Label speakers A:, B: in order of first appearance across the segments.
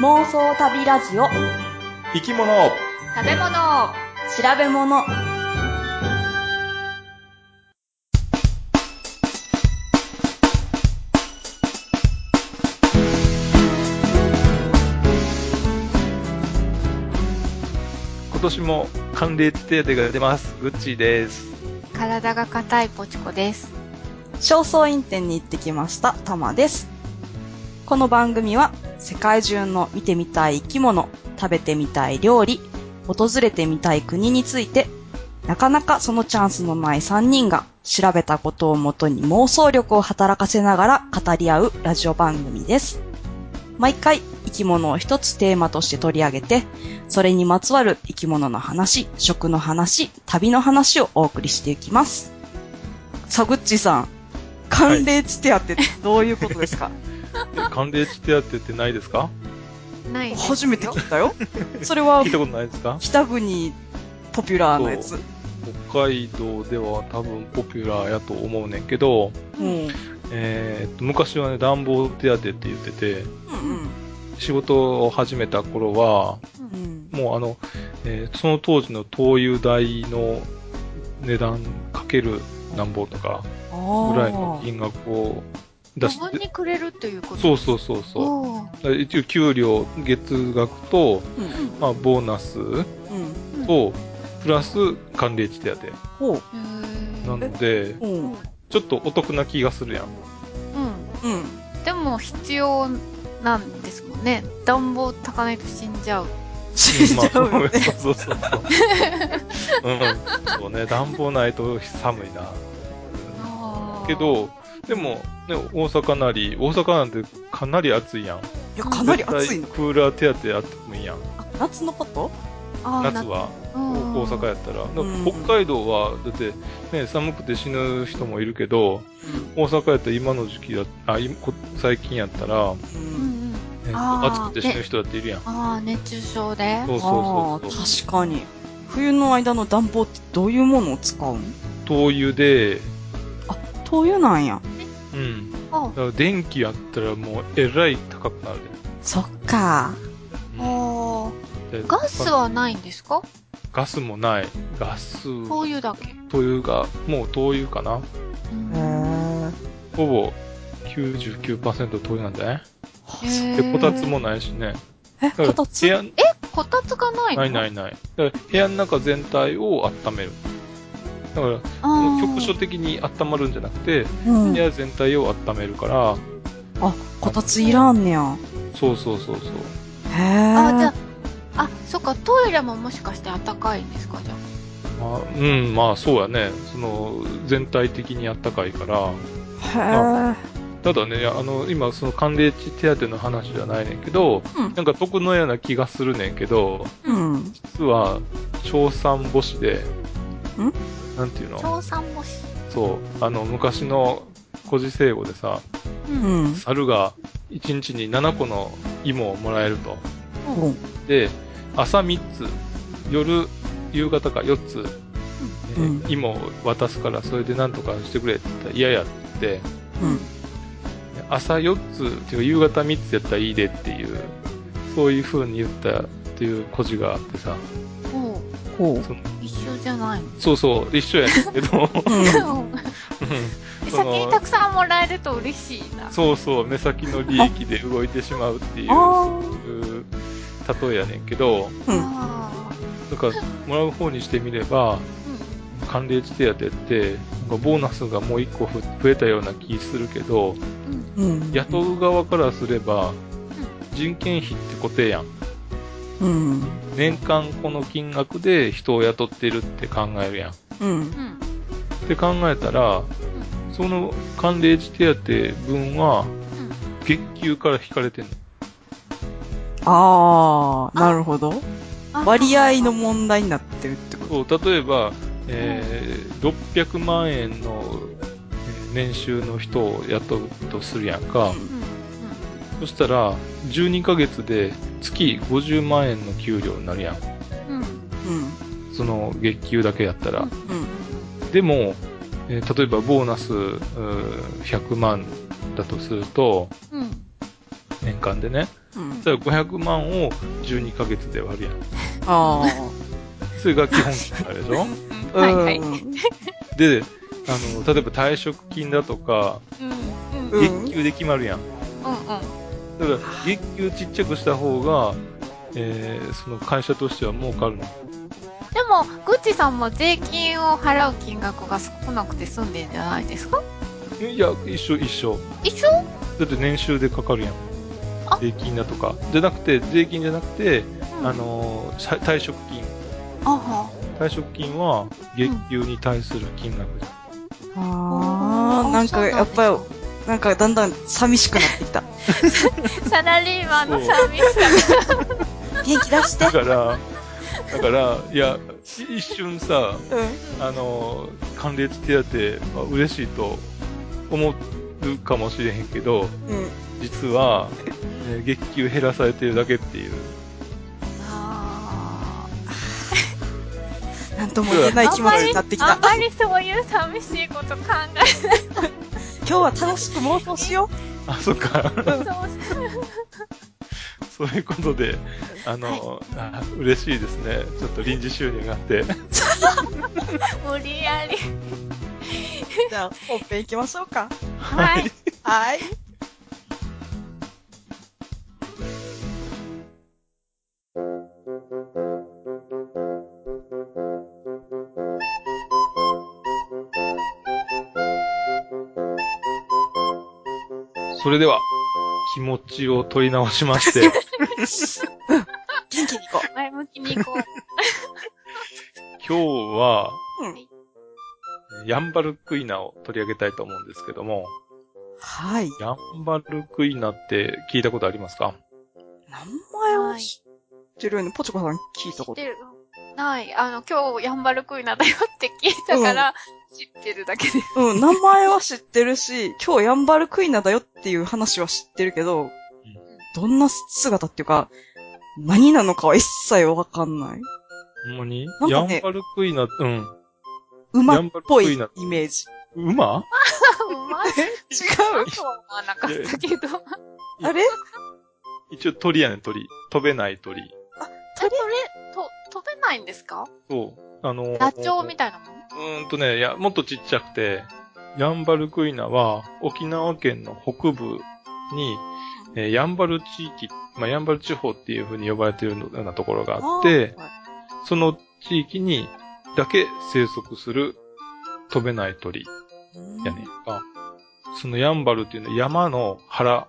A: 妄想旅ラジオ
B: 生き物
C: 食べ物
A: 調べ物
B: 今年も寒冷手当が出ます。グッチーです。
C: 体が硬いポチコです。
A: 焦燥院展に行ってきましたたまですこの番組は世界中の見てみたい生き物食べてみたい料理訪れてみたい国についてなかなかそのチャンスのない3人が調べたことをもとに妄想力を働かせながら語り合うラジオ番組です。毎回生き物を一つテーマとして取り上げて、それにまつわる生き物の話、食の話、旅の話をお送りしていきます。さぐっちさん、寒冷地手当ってどういうことですか、
B: え寒冷地手当ってないですか
C: ないですよ
A: 初めて聞いたよ。それは
B: 聞いたことないですか
A: 北国ポピュラーのやつ。
B: 北海道では多分ポピュラーやと思うねんけど、
A: うん。
B: えーっと昔はね、暖房手当って言ってて、
A: うん
B: 仕事を始めた頃は、
A: うん。
B: もうあの、えーその当時の灯油代の値段かける暖房とか
A: ああ。
B: ぐらいの金額を出
C: 自
B: し
C: 分
B: て、
C: にくれるということ
B: そう
C: う
B: そうそうそう。
C: おー
B: だから一応給料、月額と、
A: うん。
B: まあ、ボーナス
A: うん。
B: と、プラス寒冷地手当。
A: ほう。
C: へ
B: な
C: ー
B: ので、
A: うん。
B: ちょっとお得な気が するやん。
C: うん。
A: うん。
C: でも必要なんですもんね。暖房炊かないと死んじゃう。
A: 死んじゃう
B: ま
A: よ
B: あ、
A: ね。
B: そうそうそう。うん。そうね、暖房ないと寒いな。けど、でも、ね、大阪なり、大阪なんてかなり暑いやん。
A: いや、かなり暑い
B: 絶
A: の
B: 対。クーラー手当あってもいいやん。
A: あ夏のこと
C: あー
B: 夏は、お大阪。
C: な
B: やったら。だか
A: うん
B: ら北海道は、だって、ね、寒くて死ぬ人もいるけど、大阪やったら今の時期だ、あ、いこ最近やったら、
A: う。
C: うんうんんうん。
B: えっと
C: あー
B: 暑くて死ぬ人だっているやん。
C: ああ、熱中症
B: そ
C: で。
B: う
A: ああ
B: そうそうそう。
A: ー、確かに。冬の間の暖房ってどういうものを使うん
B: 灯油で、
A: 灯油なんや。
B: うん。
C: あ
B: だから電気やったらもうえらい高くなる
A: そっか。
B: で。
C: あ
B: で
C: ー。ガスはないんですか
B: ガスもない。ガス、
C: こういうだけ。
B: 灯油が、もう灯油かな。
C: うん
A: へえ。
B: ほぼ99%灯油なんじゃない
C: へ
B: で、
C: ー
B: こたつもないしね。
A: え、
B: だから
A: こたつ
B: 部屋、
C: こたつがないの
B: ないないない。だから部屋の中全体を温める。だから、
C: あー
B: 局所的に温まるんじゃなくて、
A: うん
B: 部。屋全体を温めるから、
A: あ、こたついらんねや。
B: そうそうそうそう。
A: へえ。
C: あーじゃあ、あ、そっか、トイレももしかして暖かいんですかじゃあ。
B: まあ、うん、まあそうやね。その、全体的に暖かいから。
A: へえ。
B: ただね、あの、今、その寒冷地手当の話じゃないねんけど、
A: うん
B: なんか得のような気がするねんけど、
A: うん。
B: 実は、小三母子で、
A: ん
B: なんていうの
C: 調査もし。
B: そう、あの、昔の古事聖語でさ、
C: う
A: う。ん。
B: 猿が1日に7個の芋をもらえると。
A: うん
B: で、朝3つ、夜、夕方か4つ、えー
A: う
B: 芋を渡すから、それでなんとかしてくれって言ったら嫌やって言って、
A: うん。
B: 朝4つっていうか夕方3つやったらいいでっていう、そういう風に言ったっていう故事があってさ、
C: もう、
A: こ
B: その
C: 一緒じゃないの。
B: そうそう、一緒やねんけ ど、
A: う。うん。
B: うんそ
C: 先にた
B: の
C: くさんもらえると嬉しいな。
B: そうそう、目先の利益で動いてしまうっていう、
A: あ
B: そういう例えやねんけど、
A: うん。
C: ああ。
B: だから、もらう方にしてみれば、寒冷地手当って、なんかボーナスがもう1個ふ増えたような気するけど、
C: うん。うん。
A: うん。
B: 雇う側からすれば、人件費って固定やん。
A: うん。
B: 年間この金額で人を雇ってるって考えるやん。っ
A: うん。
C: うん。
B: て考えたら、その寒冷地手当分は、
C: うん。
B: 月給から引かれてんの。
A: ああ、なるほど。
C: あ
A: 割合の問題になってるってこと。
B: そう例えば、えー600万円のえー年収の人を雇うとするやんか。
C: うん。
B: そしたら、12ヶ月で月50万円の給料になるやん。
C: うん。うん。
A: うん。
B: その月給だけやったら。
C: うん
A: うん。
B: でも、えー例えばボーナスうー100万だとすると、
C: うん。
B: 年間でね、
A: うん。
B: そしたら500万を12ヶ月で割るやん。
A: あ
B: それが基本金あれでしょ
A: あ。
C: はいはい。
A: うん。
B: で、あの、例えば退職金だとか、
C: うん。うん。うん。う
A: うん
C: ん。
B: 月給で決まるやん。だから、月給ちっちゃくした方が、えー、その会社としては儲かるの。
C: でも、グッチさんも税金を払う金額が少なくて済んでんじゃないですか
B: いや、一緒一緒。
C: 一緒
B: だって年収でかかるやん
C: あ。
B: 税金だとか。じゃなくて、税金じゃなくて、
C: うん
B: あのー、さ退職金。
C: あは。
B: 退職金は月給に対する金額じゃん。
A: ああ、なんかやっぱり、なんかだんだん寂しくなってきた。
C: り。サラリーマンの寂しさ
A: 元気出して。
B: だから、だから、いや、い一瞬さ、
A: う
B: あの、関連手当、まあ、嬉しいと思うかもしれへんけ
A: ん。
B: ど、
A: うん。
B: 実 は、えー月給減らされてるだけっていう。
C: あ
A: なんとも言えない気持ちになってき
C: ーあ
A: た
C: ん。まりそういう寂しいこと考え
A: 今日は楽しく妄想しよ
B: あ、そっ か。
C: なそうし
B: そういうことで、あの、あ嬉しいですね。ちょっと臨時収入があって。
C: 無理やり。
A: う。じゃあ、本編行きましょうか。
C: はい。
A: はい。
B: それでは、気持ちを取り直しまして、
A: 元気に行こ
C: 前向きに行こう。
B: 今日は、
A: う。う
C: はい
A: ん。
B: ヤンバルクイナを取り上げたいと思うんですけども、
A: はい。
B: ヤンバルクイナって聞いたことありますか
A: 名前を知ってるよね。ポチコさん聞いた
C: 知っ
A: こと
C: て。るない。あの、今日、ヤンバルクイナだよって聞いたから、知ってるだけです。
A: うん、名前は知ってるし、 今日ヤンバルクイナだよっていう話は知ってるけど、どんな姿っていうか、何なのかは一切わかんない。
B: ほんまに、
A: なん
B: ヤ
A: か
B: ン
A: ね
B: バルクイナ、うん。
A: 馬
B: ヤ
A: っ
B: ンバル
A: ぽ
B: ク
A: い
B: イ
A: イ
B: ナ
A: メージ。
B: 馬
C: うまい。
A: 違う
C: とは思わなかったけど。
A: あれ
B: 一応鳥やねん、鳥。飛べない鳥。
C: それ、と、飛べないんですか
B: そう。あのー、
C: ダチョウみたいなもん
B: うーんとね、いや、もっとちっちゃくて、ヤンバルクイナは沖縄県の北部に、えーヤンバル地域、まあ、ヤンバル地方っていう風に呼ばれているようなところがあって、その地域にだけ生息する飛べない鳥やねんか。そのヤンバルっていうのは山の原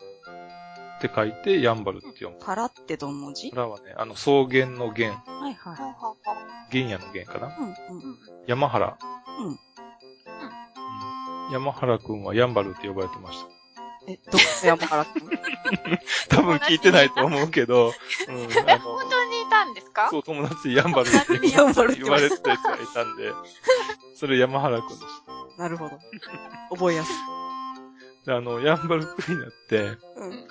B: って書いてヤンバルって読む。
A: パラってどん文字
B: 原はね、あの草原の原、
A: はいはい。
C: ほうほうほう
B: 原野の原かな。
A: うんうん。
B: 山原。
A: うん
B: うん山原くんはヤンバルって呼ばれてまし
A: え、どこの山原くん
B: た。多分聞いてないと思うけ ど、うん、
C: え、
B: あの
C: 本、当にいたんですか
B: そう、友達にヤンバル って
A: ヤンバルって
B: 言われてたやつがいたんで、それ山原くんでし
A: なるほど。覚えやすい。
B: た。であの、ヤンバルクイナって、
A: うん。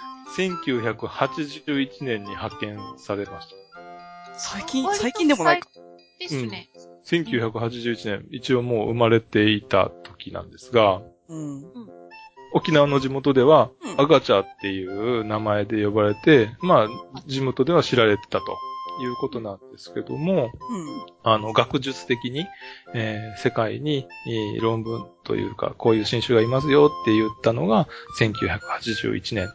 B: 1981年に発見されました。
A: 最近、最近でもないか。。
C: ですね。
B: 1981年、一応もう生まれていた時なんですが、
A: うん。うん。
B: 沖縄の地元では、
A: うん
B: アガチャっていう名前で呼ばれて、まあ、地元では知られてたということなんですけども、あの、学術的に、えー世界に、えー論文というか、こういう新種がいますよって言ったのが、1981年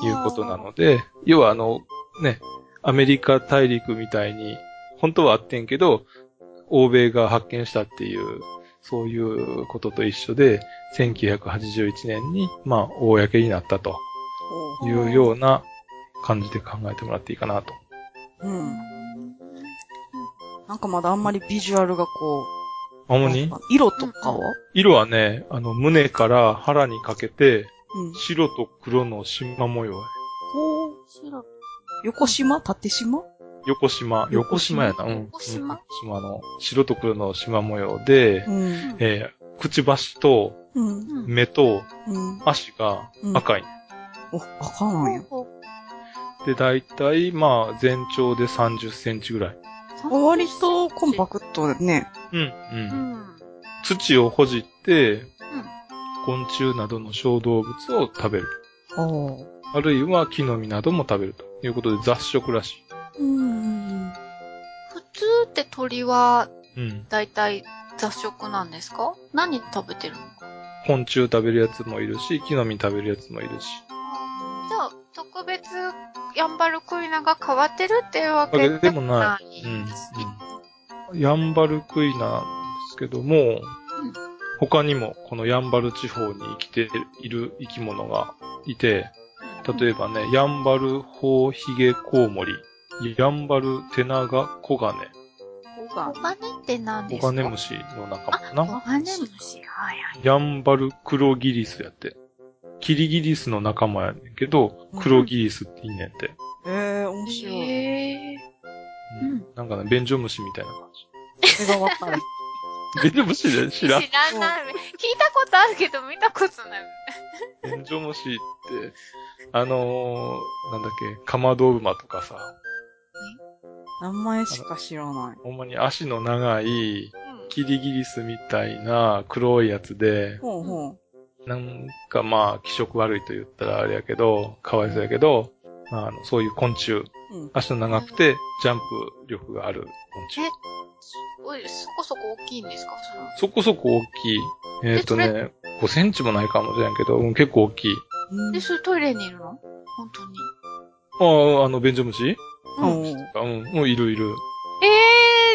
B: ということなので、要はあの、ね、アメリカ大陸みたいに、本当はあってんけど、欧米が発見したっていう、そういうことと一緒で、1981年に、まあ、公になったと
A: ほ
B: いうような感じで考えてもらっていいかなと。
A: う。うん。なんかまだあんまりビジュアルがこう。
B: 主に、
A: 色とかは
B: 色はね、あの、胸から腹にかけて、
A: うん。
B: 白と黒の縞模様や。
A: こう、
C: 白
A: 横島縦島
B: 横島、
A: 横
B: 横
A: 島
B: 島やな。うん。
C: 横島
B: うん島の、白と黒の縞模様で、
A: うん。
B: えーくちばしと
A: うん。
C: うん。
B: 目と
A: うん。
B: 足が赤い。
A: お、わかんないよ。
C: ほう
B: で、だいたい、まあ、全長で30センチぐらい。
A: 割とコンパクトでね。
B: うん、う。
C: うんん。
B: 土をほじって、昆虫などの小動物を食べる。
A: おー
B: あるいは木の実なども食べるということで雑食らし
A: うん。
C: 普通って鳥は
B: い。うん。
C: だいたい雑食なんですか何食べてるのか
B: 昆虫食べるやつもいるし、木の実食べるやつもいるし。
C: じゃあ、特別、ヤンバルクイナが変わってるっていうわけ
B: わけでもな
C: いううん
B: ん
C: です。
B: うん。ヤンバルクイナなんですけども、他にもこのヤンバル地方に生きている生き物がいて、例えばね、ヤンバルホウヒゲコウモリ、ヤンバルテナガコガネ、
A: こ
C: お
A: が、
C: 金って何
B: コ
C: ですか
B: ガネムシの仲間か
C: お
B: な。
C: 金虫。はいはい。
B: ヤンバルクロギリスやって。キリギリスの仲間やねんけど、クロギリスっていいねんて。
A: ええ面白い。
C: へえ。うん
B: うんなんかね、便所虫みたいな感
A: それがわかる。
B: じ。便所虫で知
C: 知
B: ら
C: ら
B: ん
C: ない。聞いたことあるけど見たことない。
B: 便所虫って、あのー、なんだっけ、かまど馬とかさ、
A: 名前しか知らない。
B: ほんまに足の長い、キリギリスみたいな黒いやつで、
A: ほうほ
B: なんかまあ、気色悪いと言ったらあれやけど、かわいそうやけど、まあ、あのそういう昆虫。
A: う。うん。
B: 足の長くて、ジャンプ力がある昆虫。
C: え、おい、そこそこ大きいんですかその
B: そこそこ大きい。えっ、と
C: え
B: ね、5センチもないかもしれんけど、うん、結構大きい。
A: うん
C: で、それトイレにいるの本当に。
B: ああ、あの、ベンジョムシ
A: うん
B: うん、もういるいる。
C: え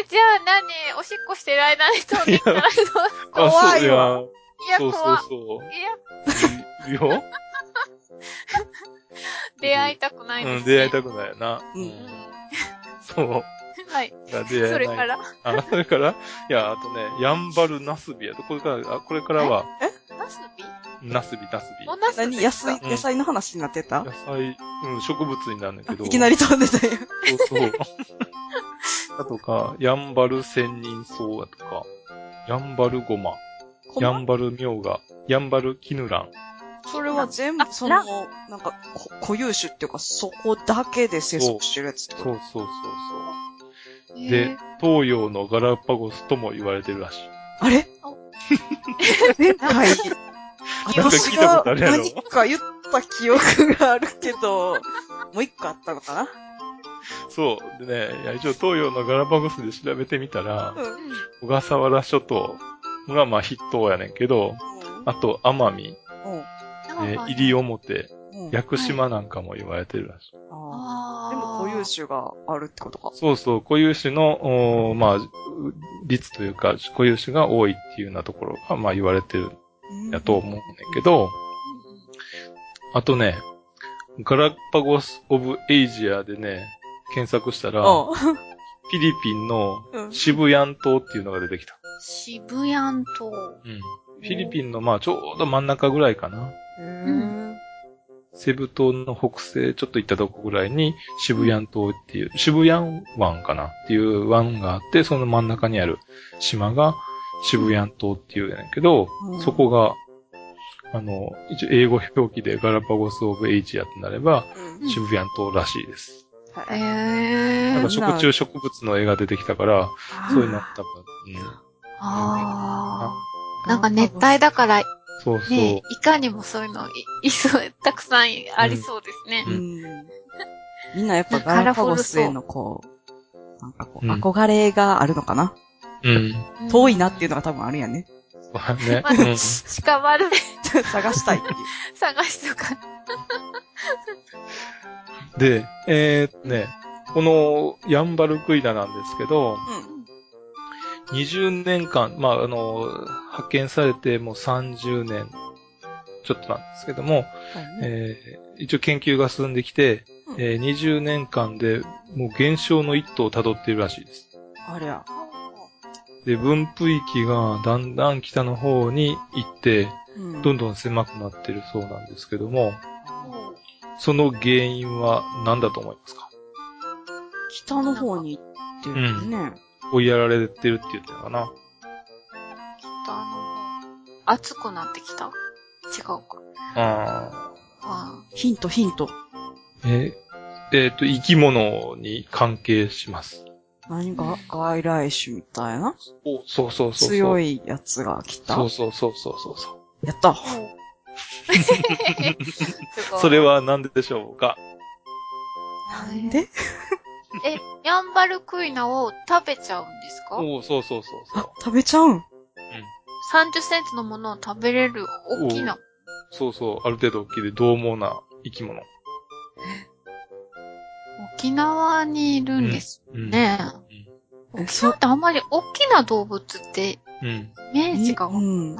C: えー、じゃあ何おしっこしてる間に飛んできたら、
B: あ
C: 怖い
B: わ。
C: わ。いや、
B: そう
C: 怖
B: そう
C: い。
B: そう。
C: いや、
B: いる よ。
C: 出会いたくないです、ね。
B: うん、出会いたくないよな。
A: うん
B: そう。
C: うんはい。
B: だ出会えない。
C: それから。
B: あ、それからいや、あとね、ヤンバルナスビやと。これから、あ、これからは、
C: ナスビ
B: ナスビ、ナスビ。
C: おナスビ
A: 何安い、
B: うん
A: 野菜の話になってた
B: 野菜、うん、植物になるんだけど。
A: いきなり飛んでたよ。
B: そう そう。あとか、ヤンバル仙人草だとか、ヤンバルゴマ、
A: ほん
B: ヤ
A: ま
B: ンバルミョウガ、ヤンバルキヌラン。
A: それは全部
C: あ
A: その、なんか、こ固有種っていうか、そこだけで生息してるやつってこと
B: そうそうそうそう。
C: え
B: で、東洋のガラパゴスとも言われてるらしい。
A: あれ
C: お
A: 前 回、
B: なんか
A: 私
B: 聞いたこ
A: が
B: とあるやろ
A: 何か言った記憶があるけど、もう一個あったのかな
B: そう。でね、いや、一応東洋のガラパゴスで調べてみたら、
A: う
C: ー
A: ん。
C: うん
B: 小笠原諸島がまあ筆頭やねんけど、あと奄美、
C: なん
B: え
C: か
B: ー、入表、
A: うん。うん。
B: 屋久島なんかも言われてるらしい。
A: あー
C: あ
A: でも
C: こう
A: 固
C: いう
A: 有種があるってことか。
B: そうそう、固有種の、おーまあ、う率というか、固有種が多いっていうようなところが、まあ言われてるんやと思うんだけど、あとね、ガラパゴス・オブ・エイジアでね、検索したら、フ
A: う
B: ィリピンの
A: ん。うん。
B: シブヤン島っていうのが出てきた。
C: 渋谷と、
B: うん。フィリピンの、まあちょうど真ん中ぐらいかな。
A: うん。
B: セブ島の北西、ちょっと行ったとこぐらいに、シブヤン島っていう、シブヤン湾かなっていう湾があって、その真ん中にある島が、シブヤン島っていうやねんけど、
A: うん
B: そこが、あの、一応英語表記でガラパゴスオブエイジアってなれば、
A: うん
B: シブヤン島らしいです。
A: は
C: え
A: い
B: なん
C: え
B: か食虫植物の絵が出てきたから、そういうの多分、うん。
C: ああ。なんか熱帯だから、
B: そうそう。
C: ね、いかにもそういうのい、いそう、たくさんありそうですね。
A: うんみんなやっぱガラパゴスへのこう、なんかこう、
B: うん
A: 憧れがあるのかな、
B: うん。
C: うん
A: 遠いなっていうのが多分あるんやね。
B: そうね。
C: まあ
B: うん
C: 近場で
A: 探したいっていう。
C: 探しとか。
B: で、えー、ね、このヤンバルクイナなんですけど、20年間、まあ、あの、発見されてもう30年、ちょっとなんですけども、
A: うん。
B: えー一応研究が進んできて、
A: うん
B: えー20年間でもう減少の一途を辿っているらしいです。
A: あれや。
B: で、分布域がだんだん北の方に行って、
A: うん
B: どんどん狭くなってるそうなんですけども、その原因は何だと思いますか
A: 北の方に行ってるんだね。
B: 追いやられてるって言ったのかな
C: あの、暑くなってきた違うか。
B: あ
C: あ
A: ヒント、ヒント。
B: ーえーえーと、生き物に関係します。
A: 何が外来種みたいな
B: おそうそうそうそう。
A: 強いやつが来た。
B: そうそうそうそうそうそう。
A: やった。
C: ーすごい
B: それは何でしょうか
A: なんで
C: え、ヤンバルクイナを食べちゃうんですか
B: おおそうそうそう
A: あ
B: そう。、
A: 食べちゃうん。
C: ?30 センチのものを食べれる大きな。
B: そうそう、ある程度大きいで獰猛な生き物。
C: 沖縄にいるんです
B: うん。
C: ね。
A: うん
C: 沖縄ってあんまり大きな動物ってイ
B: うん。
C: メージが。
A: う
C: うん
A: ん。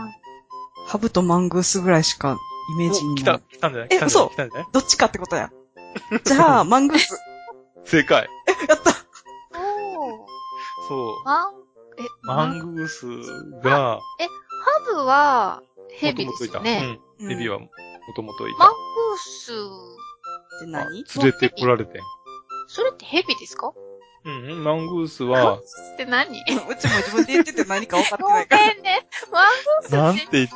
A: ハブとマングースぐらいしかイメージ
B: お
A: に
B: 来
A: な
B: た、
A: い。
B: 来たんじゃない
A: え
B: 来たんじゃな
A: 嘘
B: い来たんじゃない
A: どっちかってことや。じ ゃあ、マングース。
B: 正解。
A: やった。
C: おー
B: そう。
C: マン、え、
B: マ
C: マン
B: ングースが、
C: ハブは
B: も
C: ヘ
B: と
C: ビで
B: もと
C: す
B: いた。
C: よね。
B: うん。ヘビはもともといた。
C: マングース、
A: って
B: あ
A: 何
B: 連れてこられてん。
C: それってヘビですか
B: うんうん、マングース
C: マン
B: は
C: グー、スって何
A: うちも自分で言ってて何か分かって
C: ごめ
A: なんいから。
C: ね。マングースって
B: なんて言っ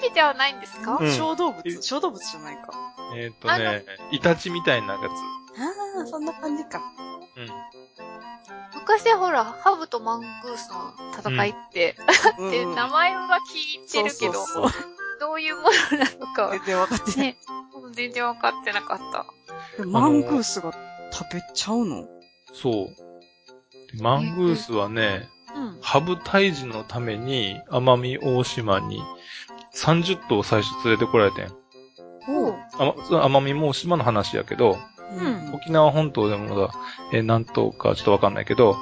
C: ヘビではないんですか、
B: うん
A: 小動物小動物じゃないか。
B: えーっ、とね、イタチみたいなやつ。
A: ああ、そんな感じか。
B: うん。
C: 昔ほら、ハブとマングースの戦いって、
A: うん
C: って名前は聞いてるけど、
A: そうそう
C: どういうものなの
A: そ
C: か
A: う
C: は
A: 全然分かってない。
C: ね、うん全然わかってなかった。
A: マングースが食べちゃうの
B: そう。でマングースはね、
C: うん。
B: ハブ退治のために奄美大島に30頭最初連れてこられてん。
A: ほう
B: あまそれは奄美大島の話やけど、
A: うん
B: 沖縄本島でもまだ、えー何頭かちょっとわかんないけど、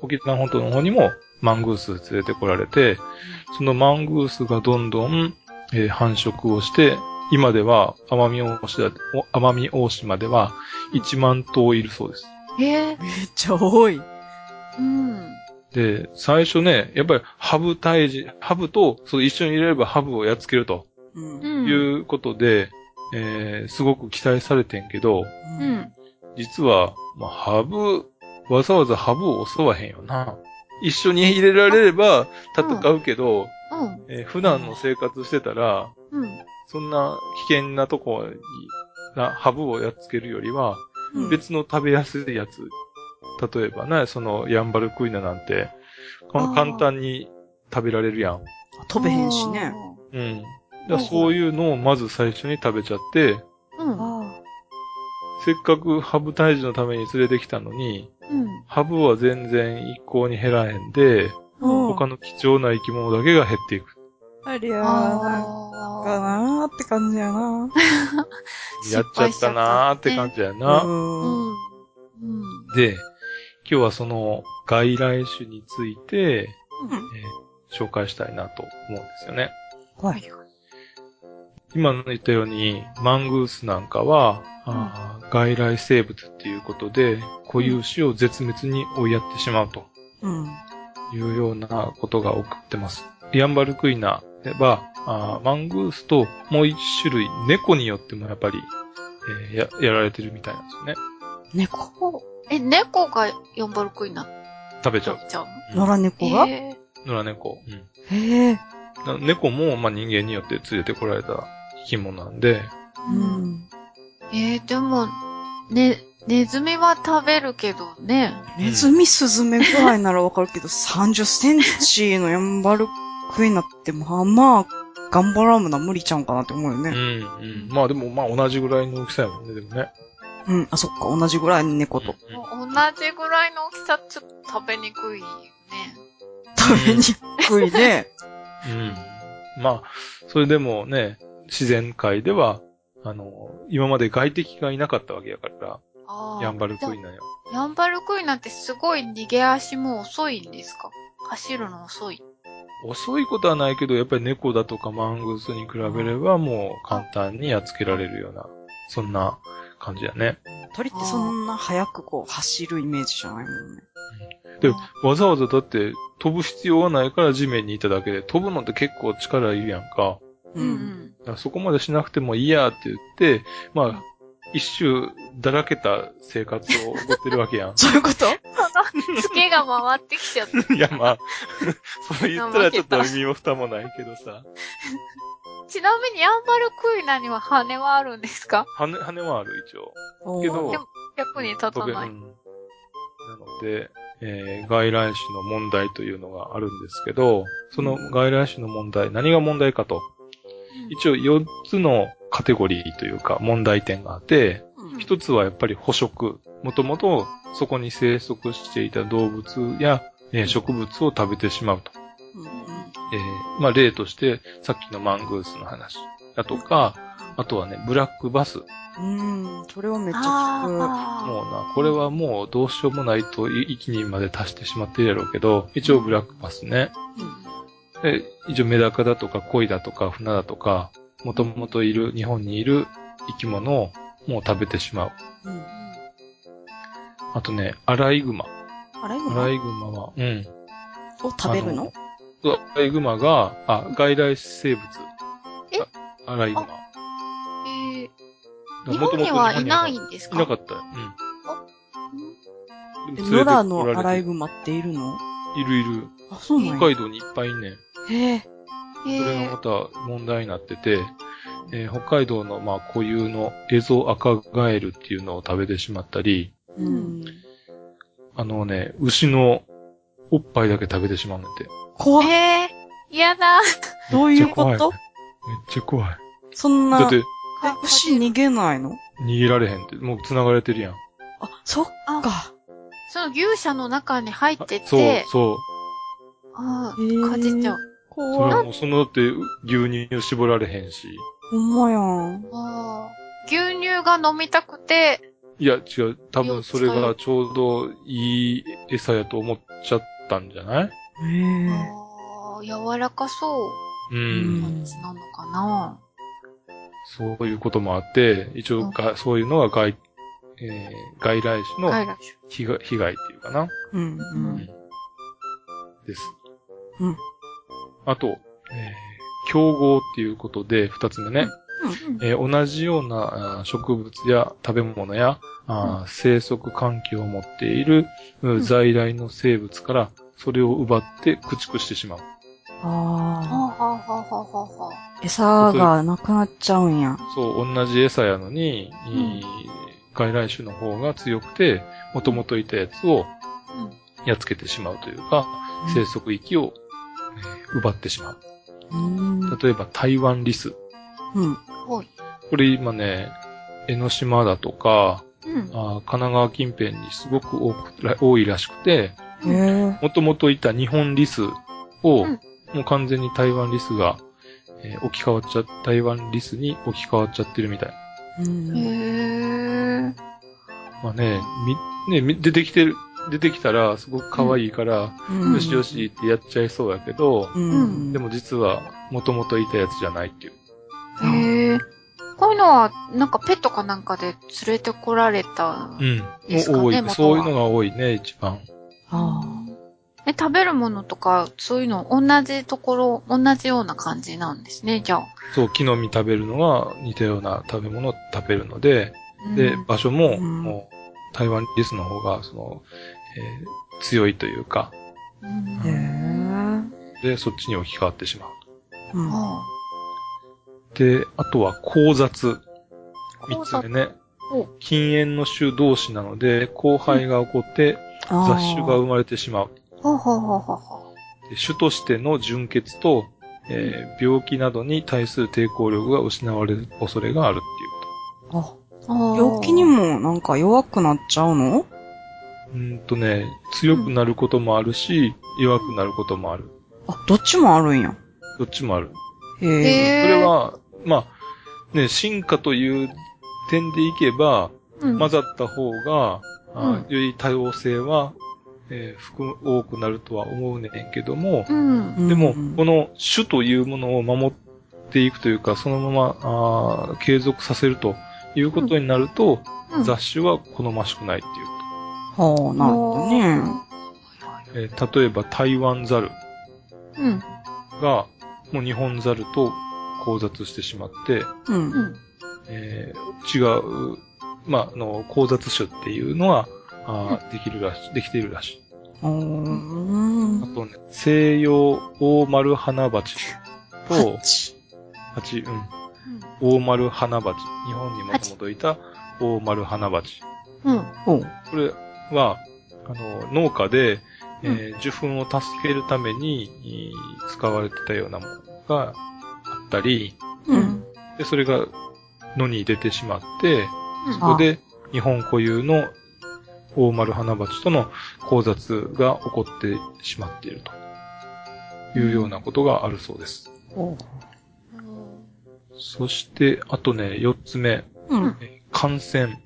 B: 沖縄本島の方にもマングース連れてこられて、そのマングースがどんどん、えー繁殖をして、今では奄美大島、お奄美大島では1万頭いるそうです。
C: うん。えー、
A: めっちゃ多い。
C: うん。
B: で、最初ね、やっぱりハブ退治、ハブと、そう一緒に入れればハブをやっつけると
A: うん。
C: う。
A: うん。
B: いうことで、えーすごく期待されてんけど、
C: うんん。
B: 実は、まあ、ハブ、わざわざハブを襲わへんよな。一緒に入れられれば戦うけど、
C: うん。
B: えー普段の生活してたら、
C: うん。
B: そんな危険なとこに、なハブをやっつけるよりは、
A: うん
B: 別の食べやすいやつ。例えばね、そのヤンバルクイナなんて、か
C: あー
B: 簡単に食べられるやん。
A: 飛べへんしね。
B: うん。
C: ほ
B: だ
C: う
B: から
C: ほう
B: そういうのをまず最初に食べちゃって、
C: うん。
A: あ
B: せっかくハブ退治のために連れてきたのに、
C: うん。
B: ハブは全然一向に減らへんで、
A: うん
B: 他の貴重な生き物だけが減っていく。
A: あ。ありゃー、なんか
C: あ
A: なーって感じやな。
B: やっちゃったなーって感じやな。
C: ー。
A: うん。
C: うん。うん。
B: で、今日はその外来種について、
A: うん
B: えー紹介したいなと思うんですよね。
A: 怖
C: はい
A: い。
B: 今の言ったように、マングースなんかは、あー外来生物っていうことで、固有種を絶滅に追いやってしまうと
A: うん。
B: いうようなことが起こってます。ヤンバルクイナでは、あーマングースともう一種類、猫によってもやっぱり、えーややられてるみたいなんですよね。
A: 猫
C: え、猫がヤンバルクイナ
B: 食べちゃ
C: 食
B: う。
C: べちゃう
A: 野良猫が
C: のえ
B: 野良猫。うん
A: へえ。
B: な猫も、まあ、人間によって連れてこられた生き物なんで、
A: う
C: うん。
A: ん。
C: えー、でも、ね、ネズミは食べるけどね。
A: ネズミスズメぐらいならわかるけど、30センチのヤンバルクイナってまあまあ、ガンバラムな無理ちゃうんかなって思うよ
B: うん、
A: ね。
B: うん。まあでも、まあ同じぐらいの大きさやもんね、でもね。
A: うん。あ、そっか。同じぐらいの猫と。
B: うん
C: 同じぐらいの大きさ、ちょっと食べにくいよね。
A: 食べにくいね。
B: うん。まあ、それでもね、自然界では、あの、今まで外敵がいなかったわけやから、
C: あー
B: ヤンバルクイ
C: じ
B: ナよ。
C: ゃあヤンバルクイナってすごい逃げ足も遅いんですか走るの遅い。
B: 遅いことはないけど、やっぱり猫だとかマングースに比べれば、もう簡単にやっつけられるような、そんな感じやね。
A: 鳥ってそんな早くこう走るイメージじゃないもんね。
B: で
C: うん、
B: わざわざだって飛ぶ必要はないから地面にいただけで、飛ぶのって結構力いるやんか。
A: う。
C: うんん
B: だからそこまでしなくてもいいやって言って、まあ、一周だらけた生活を送ってるわけや
A: そういうこと
C: うん。ツケが回ってきちゃった。
B: ん。いや、まあ、 そう言ったらちょっと身も蓋もないけどさ、
C: ちなみにヤンバルクイナには羽はあるんですか
B: 羽、羽はある一応。
A: お
B: け
A: ー
B: ど
C: でも役に立た
B: 飛べう
C: ない。
B: んなので、えー外来種の問題というのがあるんですけど、その外来種の問題、何が問題かと一応4つのカテゴリーというか問題点があって、
A: うん
B: 一つはやっぱり捕食。もともとそこに生息していた動物や、えー植物を食べてしまうと。えーまあ例として、さっきのマングースの話だとか、あとはね、ブラックバス。も
A: うん。うん。それをめっちゃ聞く。
B: う
C: あ
B: な、これはもうどうしようもないとい域にまで達してしまってるやろうけど、一応ブラックバスね。で一応メダカだとかコイだとか船だとか、もともといる、日本にいる生き物をもう食べてしまう。
A: うん。
B: あとね、アライグマ。
A: アライグ
B: ア
A: マ
B: ラ
A: を
B: イグマは、うん。
A: 食べるの
B: あのアライグマが、あ、外来生物。
C: え
B: あアライグマ。
C: ーえー
B: だ
C: 日
B: から元
C: 本
B: 々
C: にはいないいんですか
B: なかったよ。うん。でも連れて
A: 野良のアライ
B: こ
A: グマっているの
B: られているいる。
A: あ、そうなん
B: 北
A: や。
B: 海道にいっぱいいんねん。
A: へえ。
C: え
B: それがまた問題になってて、えー北海道のまあ固有のエゾアカガエルっていうのを食べてしまったり、
A: うん。
B: あのね、牛のおっぱいだけ食べてしまうんだって。めっ
A: 怖っ。
C: えー、嫌だ。
A: どういうこ
B: めっちゃ
A: と
B: 怖ちゃ怖い。
A: そん
B: だっ
A: な、
B: て、
A: え牛逃げないの
B: 逃げられへんって、もう繋がれてるやん。
A: あ、そっか。
C: その牛舎の中に入って
B: そう
C: て、、
B: そう。
C: あ
A: へー
C: ーかじっちゃう。
B: それ
A: 怖
B: は
A: っ。
B: もうそのだって牛乳を絞られへんし。
A: ほんまやん。
C: あー牛乳が飲みたくて、
B: いや、違う。多分それがちょうどいい餌やと思っちゃったんじゃない
A: へえ。
C: あー柔らかそう
A: うん
B: ん。
C: 感じなのかな。
B: そういうこともあって、一応が、そういうのが外、えー外来種の
C: 外来種。
B: 被害被害っていうかな。
A: うん、うん。
B: です。
A: うん。
B: あと、えー競合っていうことで、二つ目ね。えー同じようなあー植物や食べ物や、あー生息環境を持っているうん
C: ん
B: 在来の生物からそれを奪って駆逐してしまう。
C: はあ
A: あ
C: はあはあはあはあ。
A: あ。餌がなくなっちゃうんや。
B: そう、同じ餌やのに、
C: ん
B: いい外来種の方が強くて、もともといたやつを
C: うん
B: やっつけてしまうというか、生息域を、えー奪ってしまう。
A: うん。うん。
B: 例えば台湾リス。
C: おい。
B: これ今ね、江ノ島だとか、
C: うん。
B: あー神奈川近辺にすごく多くら多いらしくて、
A: へえ。
B: もともといた日本リスを、
C: うん
B: もう完全に台湾リスが、えー置き換わっちゃ、台湾リスに置き換わっちゃってるみたい。
A: うん。
C: へえ。
B: まあね、み、ね、み出てきてる、出てきたらすごく可愛いから、
A: うん
B: よしよしってやっちゃいそうやけど、
A: うん。
B: でも実は、もともといたやつじゃないっていう。
C: へえ。こういうのは、なんかペットかなんかで連れてこられた。
B: うん。
C: ですかね
B: もう多い、
C: 元は
B: そういうのが多いね、一番。
A: ああ。
C: え、食べるものとか、そういうの、同じところ、同じような感じなんですね、じゃあ。
B: そう、木の実食べるのが似たような食べ物を食べるので、
C: うん
B: で、場所も、
A: うん
B: もう、台湾リスの方が、その、えー強いというか、
C: うん
A: へえ。うん。
B: で、そっちに置き換わってしまう。で、あとは、交雑。三つ目ね
C: お。
B: 禁煙の種同士なので、交配が起こって、雑種が生まれてしまう。
C: ほうほうほうほうほ
B: で種としての純血と、えー病気などに対する抵抗力が失われる恐れがあるっていうこと。
A: あ
C: う。
A: 病気に。もなんか弱くなっちゃうの
B: うーんとね、強くなることもあるし、弱くなることもある。
A: あ、どっちもあるんや。
B: どっちもある。
A: へえ。
B: そ
C: へえ。
B: れ、は、まあ、ね、進化という点でいけば、
C: うん、
B: 混ざった方が、あより多様性は、えー含む多くなるとは思うねんけども、
C: うん。
B: でも、
A: うん
B: この種というものを守っていくというか、そのままあー継続させるということになると、
C: うん
B: 雑種は好ましくないっていうこ
A: はあ、なるほどね。
B: と。えー例えば、台湾ザル
C: うん。
B: が、もう日本ザルと交雑してしまって、
A: うん。
C: うん。
B: えー違う、まあ、あの、交雑種っていうのは、あーできるらし、できているらしい。
A: うん。
B: あとね、西洋大丸花鉢と
A: ハ、チ
B: 鉢、うん、大丸花鉢。日本にもともといた大丸花鉢。
C: うん。
A: おう
B: これは、あの、農家で、えー受粉を助けるためにい使われてたようなものがあったり、
A: うん。
B: で、それが野に出てしまって、
C: うん
B: そこで日本固有の大丸花鉢との交雑が起こってしまっているというようなことがあるそうです。そして、あとね、四つ目、
A: うん。
B: え感染。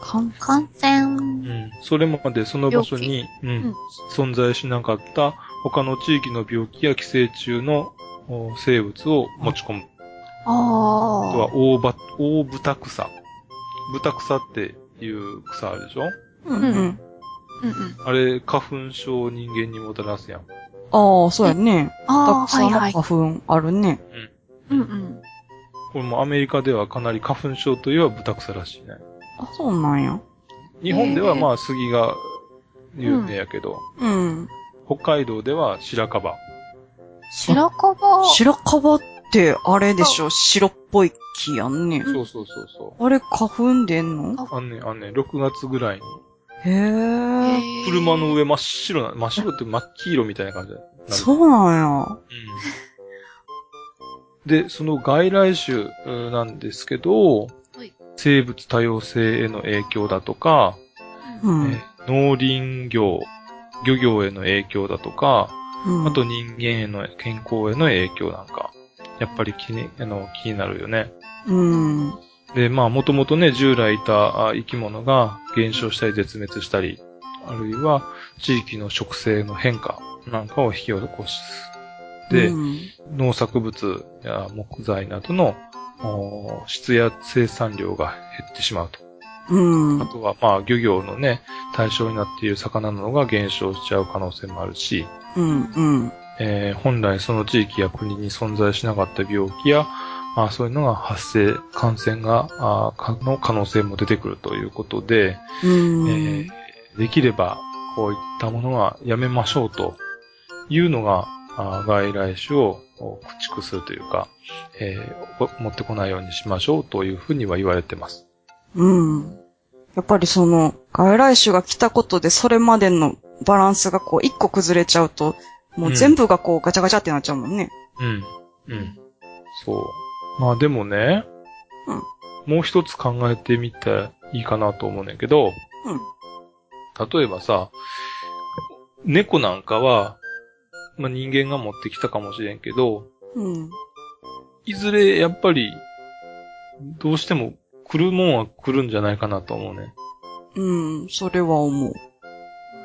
A: 感
C: 感染。
B: うん。それまでその場所に、うん
C: うん
B: 存在しなかった他の地域の病気や寄生虫のお生物を持ち込む。あと
C: ああ。
B: は大ば、大豚草。豚草っていう草あるでしょ
A: うんうん。
C: うんうん。
B: あれ、花粉症を人間にもたらすやん。
A: ああ、そうやね。
C: ああ、
A: たく
C: は
A: さ
C: い
A: んの
C: はい
A: 花。粉あるね。
C: うんうん。
B: これもアメリカではかなり花粉症といえば豚草らしいね。
A: あ、そうなんや。
B: 日本では
C: へえ
B: まあ杉が有名やけど、
A: うん。
B: 北海道では白樺。
C: 白樺。
A: 白樺って、あれでしょ、白っぽい木やんね。
B: そうそうそうそ
A: あれ、花粉出んの
C: あ
B: う。あんね、あんね、6月ぐらいに。
A: へえ。
C: へー
B: 車の上真っ白な、真っ白って真っ黄色みたいな感じだよなる
A: そうなん
B: うんで、その外来種うんなんですけど、
C: はい
B: 生物多様性への影響だとか、
A: や。う
B: え
A: ん。
B: ー農林業、漁業への影響だとか、
A: うん、
B: あと人間への健康への影響なんか、やっぱり気にあの気になるよね。
A: うん。うん。
B: で、まあ、もともとね、従来いたあ生き物が減少したり絶滅したり、あるいは地域の食性の変化なんかを引き起こす。で、農作物や木材などのお質や生産量が減ってしまうと。
A: うん。
B: あとは、まあ、漁業のね、対象になっている魚などが減少しちゃう可能性もあるし、
A: うん。うん。
B: えー本来その地域や国に存在しなかった病気や、まあ、そういうのが発生、感染が、あーかの可能性も出てくるということで、
A: うん。
B: えーできれば、こういったものはやめましょうというのが、あー外来種をお駆逐するというか、えーお持ってこないようにしましょうというふうには言われてます。
A: うん。やっぱりその、外来種が来たことで、それまでのバランスがこう、一個崩れちゃうと、もう全部がこう、ガチャガチャってなっちゃうもんね。
B: うん。うん。そう。まあでもね、
A: うん
B: もう一つ考えてみていいかなと思うねんだけど、
A: うん
B: 例えばさ、猫なんかは、まあ、人間が持ってきたかもしれんけど、
A: うん。
B: いずれやっぱり、どうしても来るもんは来るんじゃないかなと思うね。
A: うん。それは思う。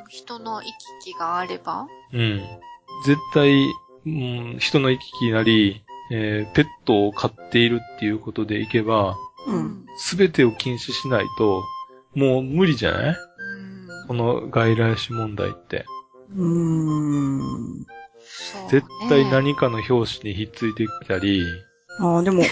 C: 人の行き来があれば。
B: うん。絶対、うん、人の行き来なり、えーペットを飼っているっていうことでいけば、
A: うん。。
B: すべてを禁止しないと、もう無理じゃない
C: うん。
B: この外来種問題って。
A: うーん。
C: そうね
B: 絶対。何かの表紙にひっついてきたり、
A: ああ、でも、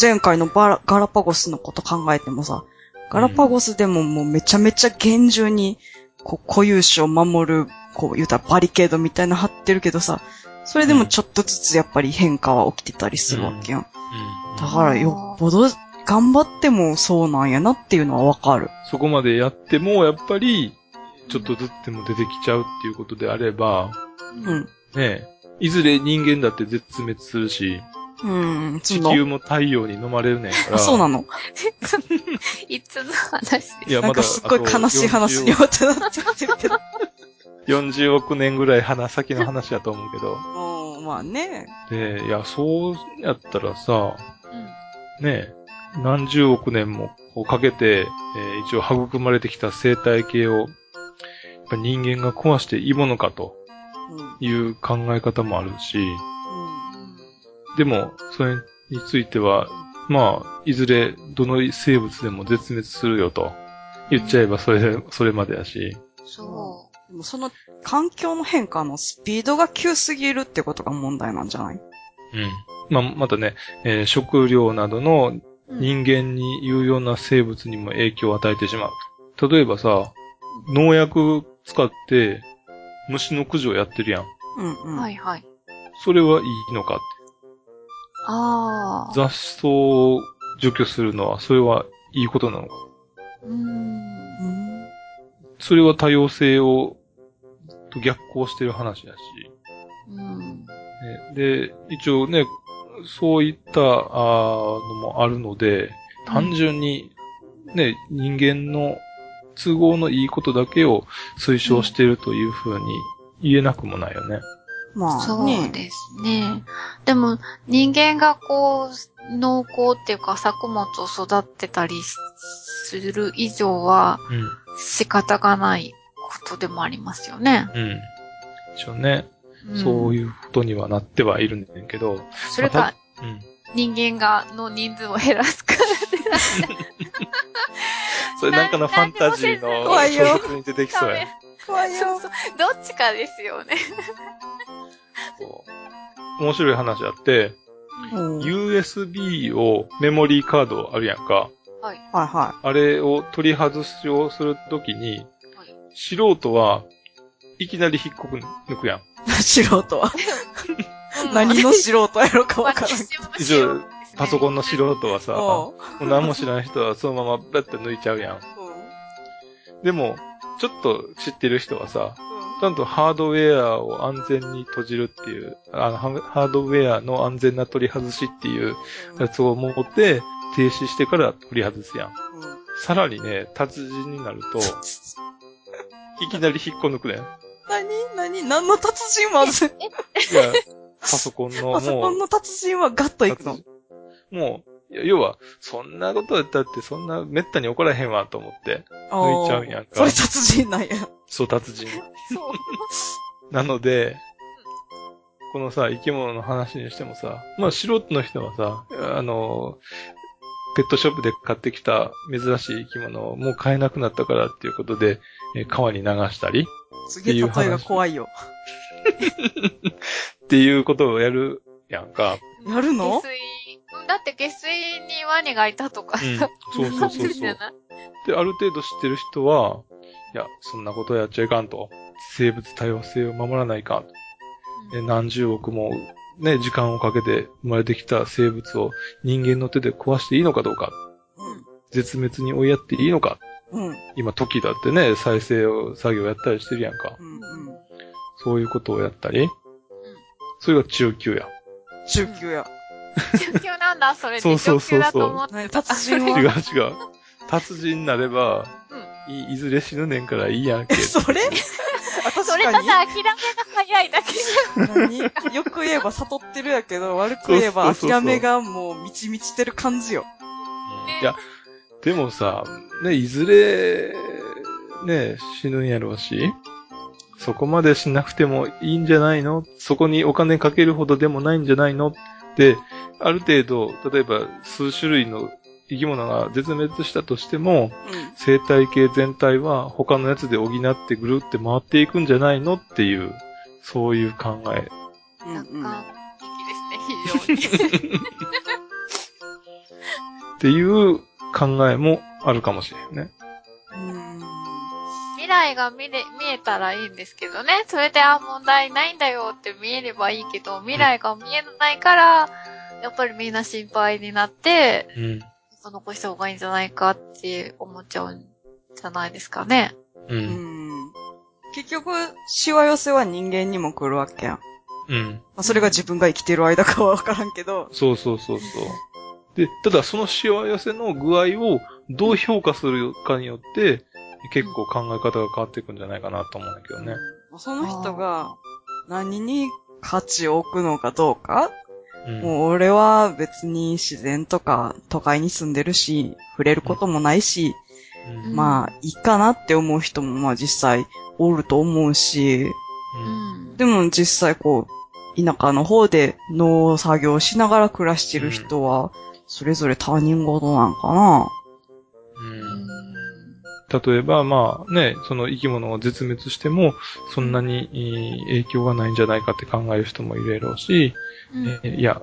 A: 前回のバラガラパゴスのこと考えてもさ、ガラパゴスでももうめちゃめちゃ厳重に、こう、固有種を守る、こう、言うたらバリケードみたいなの張ってるけどさ、それでもちょっとずつやっぱり変化は起きてたりするわけやん。だからよっぽど頑張ってもそうなんやなっていうのはわかる。
B: そこまでやっても、やっぱり、ちょっとずつでも出てきちゃうっていうことであれば、
A: う。ん。
B: ねえ、いずれ人間だって絶滅するし、
A: うん、そ
B: 地
A: の
B: 球も太陽に飲まれるねんから。
A: あ、そうなの
C: いつの話で
B: いや、
A: なん
B: ま
A: か
B: だ
A: すっごい悲しい話に
B: あと
A: またなっちゃってるけど。
B: 40億年ぐらい花先の話だと思うけど。
A: うん、まあね。
B: で、いや、そうやったらさ、
C: す。うん。
B: ねえ、何十億年もこうかけて、えー一応育まれてきた生態系を、やっぱ人間が壊していいものかと
A: うん。うん
B: いう考え方もあるし、でも、それについては、まあ、いずれどの生物でも絶滅するよと言っちゃえばそれ、それまでやし、
C: そ
A: でもその環境の変化のスピードが急すぎるってことが問題なんじゃない
B: うん。まあ、またね、えー食料などの
C: う。うん。
B: 人間に有用な生物にも影響を与えてしまう。例えばさ、農薬使って虫の駆除をやってるやん。
A: うんうん。
C: はいはい。
B: それはいいのかって。
C: ああ。
B: 雑草を除去するのは、それはいいことなのか。
C: うん。
A: うん。
B: それは多様性を、と逆行してる話だし。
C: うん。
B: ねで、一応ね、そういった、あーのもあるので、単純に、ね、人間の都合のいいことだけを推奨しているというふうに言えなくもないよね。
A: まあ
C: そう
A: ね。
C: ですね。でも、人間がこう、農耕っていうか作物を育ってたりする以上は
B: うん。
C: 仕方がないことでもありますよね。
B: うん。一応ね、
C: うん
B: そういうことにはなってはいるんだけど、
C: それか、
B: うん。
C: 人間が、の人数を減らすか。
B: それなんかのファンタジーの
A: 怖いよ
B: 小説に出てきそうやね。
A: 怖
C: そうそう。どっちかですよね。
B: そう面白い話あって、
A: うんはい
B: USB をメモリーカードあるやんか。
A: は
B: あれを取り外しをするときに、素人はいきなり引っこく抜くやん。
A: い。素人は。
C: うん
A: 何の素人やろかわからんけど。
C: 私も
B: 以上パソコンの
C: 白
B: 素人はさ、も
A: おう
B: う何も知らない人はそのままバッて抜いちゃうやん。でも、ちょっと知ってる人はさ、ちゃんとハードウェアを安全に閉じるっていう、あのハハードウェアの安全な取り外しっていうやつを持って、停止してから取り外すやん。
A: うんうん
B: さらにね、達人になると、いきなり引っこ抜 くねん。い
A: 何何何の達人は、
B: や、パソコンのも
A: パ
B: う、
A: ソコンの達人はガッといくの。
B: もう、いや要は、そんなことやったって、そんな滅多に怒らへんわと思って、
A: お
B: 抜いちゃうんやんか
A: それ達人なんや。
B: そう達人。
C: そう。
B: なので、このさ、生き物の話にしてもさ、まあ素人の人はさ、あの、ペットショップで買ってきた珍しい生き物をもう買えなくなったからっていうことで、えー川に流したり
A: すげえ例えが怖いよ。
B: っていうことをやるやんか。
A: やるの
C: 下水。うんだって下水にワニがいたとか
B: うん
C: さ。
B: そうそう
C: な
B: そ
C: ん
B: う
C: ていんじ
B: そ
C: ゃ
B: う。
C: ない
B: で、ある程度知ってる人は、いや、そんなことやっちゃいかんと。生物多様性を守らないかんと。ね何十億も、ね、時間をかけて生まれてきた生物を人間の手で壊していいのかどうか。絶滅に追いやっていいのか。
A: うん。うん。
B: 今、時だってね、再生を作業やったりしてるやんか。
A: うん。うん。
B: そういうことをやったり。それが中級や。
A: 中級や。
C: 中級なんだ、それ
B: そ
C: で。
B: うそう
C: 上
B: そうそう
C: 級だと思って。
A: 何達人
B: 違う違う
A: は。。
B: 達人になれば、いいいずれ死ぬねんからいいやんけ
A: え、。そ れあ確
C: それ
A: か
C: た
A: に。
C: だ諦めが早いだけじ
A: 何よく言えば悟ってるやけど、悪く言えば
B: そうそうそうそう
A: 諦めがもう満ち満ちてる感じよ。
C: ね
B: いや、でもさ、ね、いずれ、ね、死ぬんやろうし、そこまでしなくてもいいんじゃないのそこにお金かけるほどでもないんじゃないのって、ある程度、例えば数種類の生き物が絶滅したとしても、
A: う
B: 生態系全体は他のやつで補ってぐるって回っていくんじゃないのっていう、そういう考え。
A: ん。
C: ゃ。
A: うんん。
C: なんか、いいですね、非常に。
B: っていう考えもあるかもしれんね。
A: うん。
C: 未来が見れ、見えたらいいんですけどね。それで、あ、問題ないんだよって見えればいいけど、未来が見えないから、やっぱりみんな心配になって、
B: うん。
C: 残した方がいいんじゃないかって思っちゃうんじゃないですかね。
B: う。
A: うんん。結局、しわ寄せは人間にも来るわけやん。
B: うん。
A: まあ、それが自分が生きてる間かはわからんけど、
B: そうそうそうそう。で、ただそのしわ寄せの具合をどう評価するかによって、結構考え方が変わっていくんじゃないかなと思うんだけどね。
A: まあその人が何に価値を置くのかどうか、
B: うん。
A: もう俺は別に自然とか都会に住んでるし、触れることもないし、
B: うん
C: ん
A: まあいいかなって思う人もまあ実際おると思うし、
C: うん。
A: でも実際こう、田舎の方で農作業しながら暮らしてる人は、それぞれ他人事なんかな。
B: うん例えば、まあね、その生き物を絶滅しても、そんなにいい影響がないんじゃないかって考える人もいるやろうし、
C: うん
B: えーいや、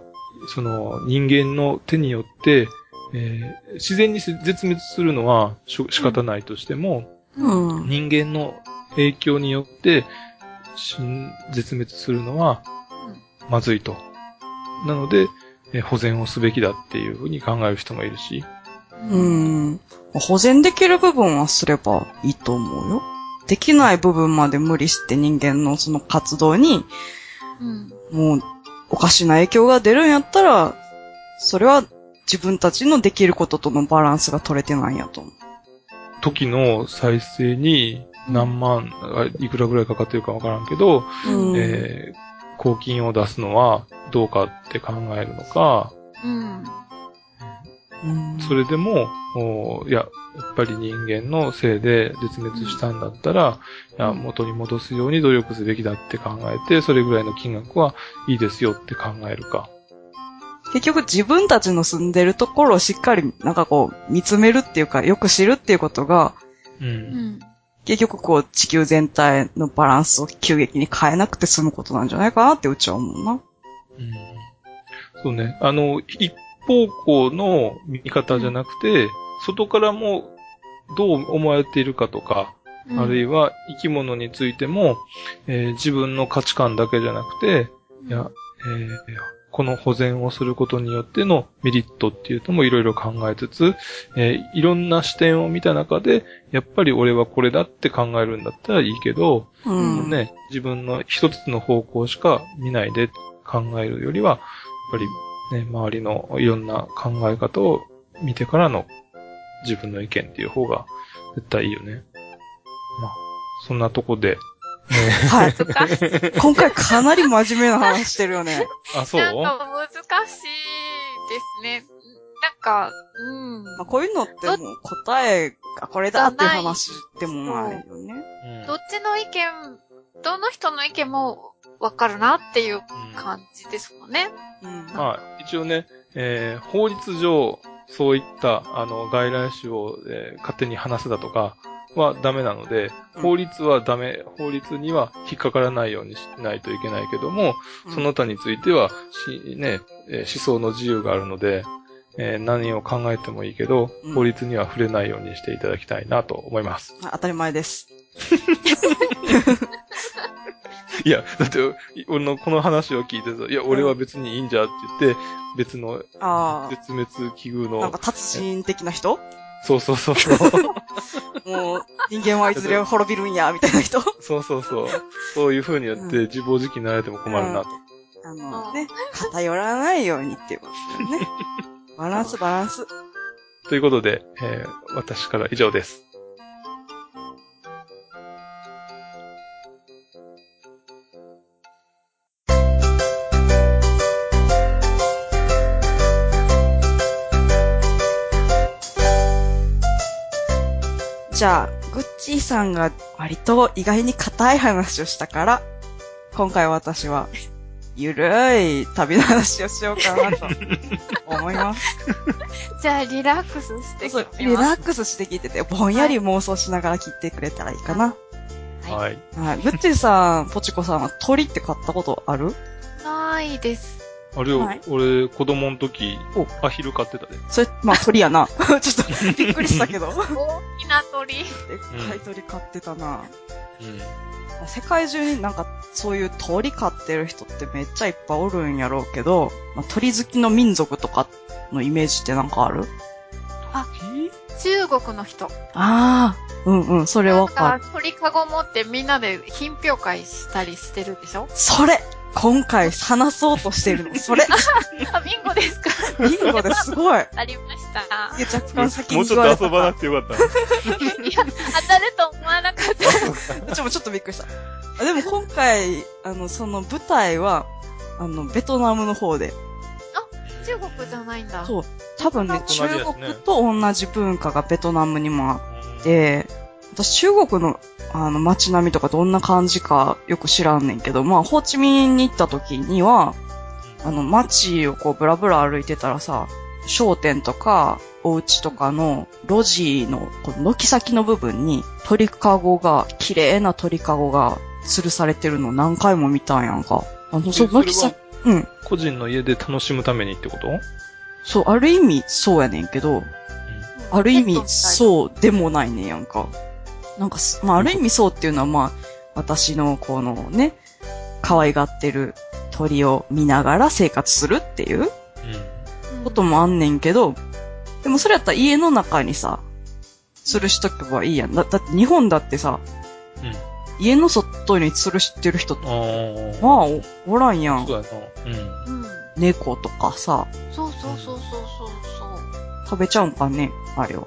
B: その人間の手によって、えー自然に絶滅するのはしょ仕方ないとしても、
A: うん。
B: 人間の影響によって死ん絶滅するのはまずいと。なので、えー保全をすべきだっていうふうに考える人もいるし。
A: うーん。保全できる部分はすればいいと思うよ。できない部分まで無理して人間のその活動に、
C: うん。
A: もう、おかしな影響が出るんやったら、それは自分たちのできることとのバランスが取れてないんやと思う。
B: 時の再生に何万、あいくらぐらいかかってるかわからんけど、
A: うん
B: えー公金を出すのはどうかって考えるのか、
C: うん。
A: うん
B: それでも、おいや、やっぱり人間のせいで絶滅したんだったら、いや元に戻すように努力すべきだって考えて、それぐらいの金額はいいですよって考えるか。
A: 結局自分たちの住んでるところをしっかりなんかこう見つめるっていうかよく知るっていうことが
B: う。
C: うんん。
A: 結局こう地球全体のバランスを急激に変えなくて済むことなんじゃないかなってうちは思うな。
B: うん、そうね。あの、一方向の見方じゃなくて、外からもどう思われているかとか、あるい
C: は、
B: は生き物についても、えー自分の価値観だけじゃなくて、いや、えーこの保全をすることによってのメリットっていうのもいろいろ考えつつ、えーいろんな視点を見た中で、やっぱり俺はこれだって考えるんだったらいいけど、
A: う
C: うん
A: ん。
B: ね、自分の一つの方向しか見ないで考えるよりは、やっぱりね、周りのいろんな考え方を見てからの自分の意見っていう方が絶対いいよね。まあ、そんなとこで。
A: はい。
C: 難しい。
A: 今回かなり真面目な話してるよね。
B: あ、そう
C: なんか難しいですね。なんか、うん。
A: まあ、こういうのってもう答えがこれだっていう話でもないよね。
B: うん
C: どっちの意見、どの人の意見もわかるなっていう
B: うん
C: 感じですもんね。
A: うん。
B: はい。一応ね、えー法律上、そういった、あの、外来種を、えー勝手に話すだとかはダメなので、
A: うん
B: 法律はダメ、法律には引っかからないようにしないといけないけども、
A: うん
B: その他については、し、ね、えー思想の自由があるので、えー何を考えてもいいけど
A: うん、
B: 法律には触れないようにしていただきたいなと思います。
A: 当たり前です。
B: いや、だって、い俺のこの話を聞いてさ、いや、俺は別にいいんじゃって言って、別の、
A: あ
B: 絶滅危惧
A: あ。なん
B: の
A: か、達人的な人
B: そうそ うそうそう。
A: もう、人間はいずれ滅びるんや、みたいな人
B: そうそうそう。そういう風にやって
A: うん
B: 自暴自棄になられても困るなと。
A: あの、ね、偏らないようにっていうことだよね。バランス、バランス。
B: ということで、えー私から以上です。
A: じゃあ、グッチーさんが割と意外に硬い話をしたから、今回私は、ゆるい旅の話をしようかなと思います。
C: じゃあ、リラックスしてき
A: そ
C: ま
A: う
C: す。
A: リラックスして聞いてて、ぼんやり妄想しながら聞いてくれたらいいかな。
C: はい
B: はい。
A: はい。グッチーさん、ポチコさんは鳥って買ったことある
C: ないです。
B: あれを、
A: はい
B: 俺、子供の時、アヒル飼ってたで。
A: それ、まあ鳥やな。 ちょっとびっくりしたけど。
C: 大きな鳥。
A: でっかい鳥買ってたな。
B: うん。
A: 世界中になんかそういう鳥飼ってる人ってめっちゃいっぱいおるんやろうけど、まあ、鳥好きの民族とかのイメージってなんかある
C: あ中国の人。
A: ああ、うんうん、それわか
C: が
A: る。
C: 鳥かご持ってみんなで品評会したりしてるでしょ
A: それ今回話そうとしてるの。それ
C: あ、ビンゴですか
A: ビンゴですごい。
C: ありました。
A: いや若
B: も
A: 干先
B: う
A: に
B: ち
A: 言
B: ょ
A: わ
B: っ
A: れ
B: と
A: た
B: 遊ばな
A: か
B: くてよかっ
C: いや、当たると思わなかった。
B: た。
A: うちもちょっとびっくりした。あでも今回、あの、その舞台は、あの、ベトナムの方で。
C: 中国じゃないんだ。
A: そう多分ね、
B: ベトナ
A: 中
B: ムですね
A: 国と同じ文化がベトナムにもあってで、私中国のあの街並みとかどんな感じかよく知らんねんけど、まあ、ホーチミンに行った時には、あの街をこうブラブラ歩いてたらさ、商店とかお家とかの路地のこの軒先の部分に鳥かごが、綺麗な鳥かごが吊るされてるのを何回も見たんやんか。あの、そう、
B: えそれは
A: 軒先、うん。
B: 個人の家で楽しむためにってこと
A: そう、ある意味そうやねんけど、ある意味、
C: う。
A: そうでもないね、やんか。なんかす、まあ、ある意味そうっていうのは、まあ、私の、このね、可愛がってる鳥を見ながら生活するっていうこともあんねんけど、でもそれやったら家の中にさ、吊るしとけばいいやん。だだって日本だってさ、
B: うん。うん。
A: 家の外に吊るしてる人って、
B: あー
A: まあ、おおらんやん。
B: そうやな。うん。
C: うん。
A: 猫とかさ、
C: そうそうそうそうそう
A: 食べちゃうんかねあれは。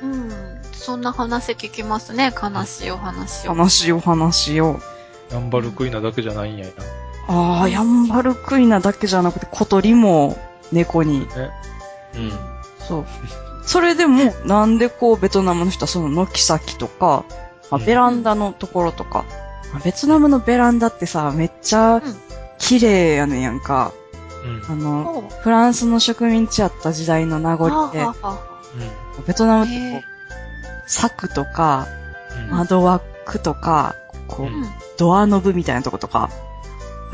C: そう。うん。そんな話聞きますね。悲しいお話を。
A: 話を話を。
B: ヤンバルクイナだけじゃないんやな。
A: ああ、ヤンバルクイナだけじゃなくて、小鳥も猫に。
B: うん。
A: そう。それでも、なんでこう、ベトナムの人はその軒先とか、まあ
B: うん
A: ベランダのところとか、まあベトナムのベランダってさ、めっちゃ綺麗やねんやんか。
B: うん。
A: あの、
C: おう
A: フランスの植民地やった時代の名残で
C: は、あはあは
A: ベトナム
C: あ
A: ってこう
C: へえ
A: 柵とか、
B: うん。
A: 窓枠とか、こう、
B: うん
C: うん
A: ドアノブみたいなとことか、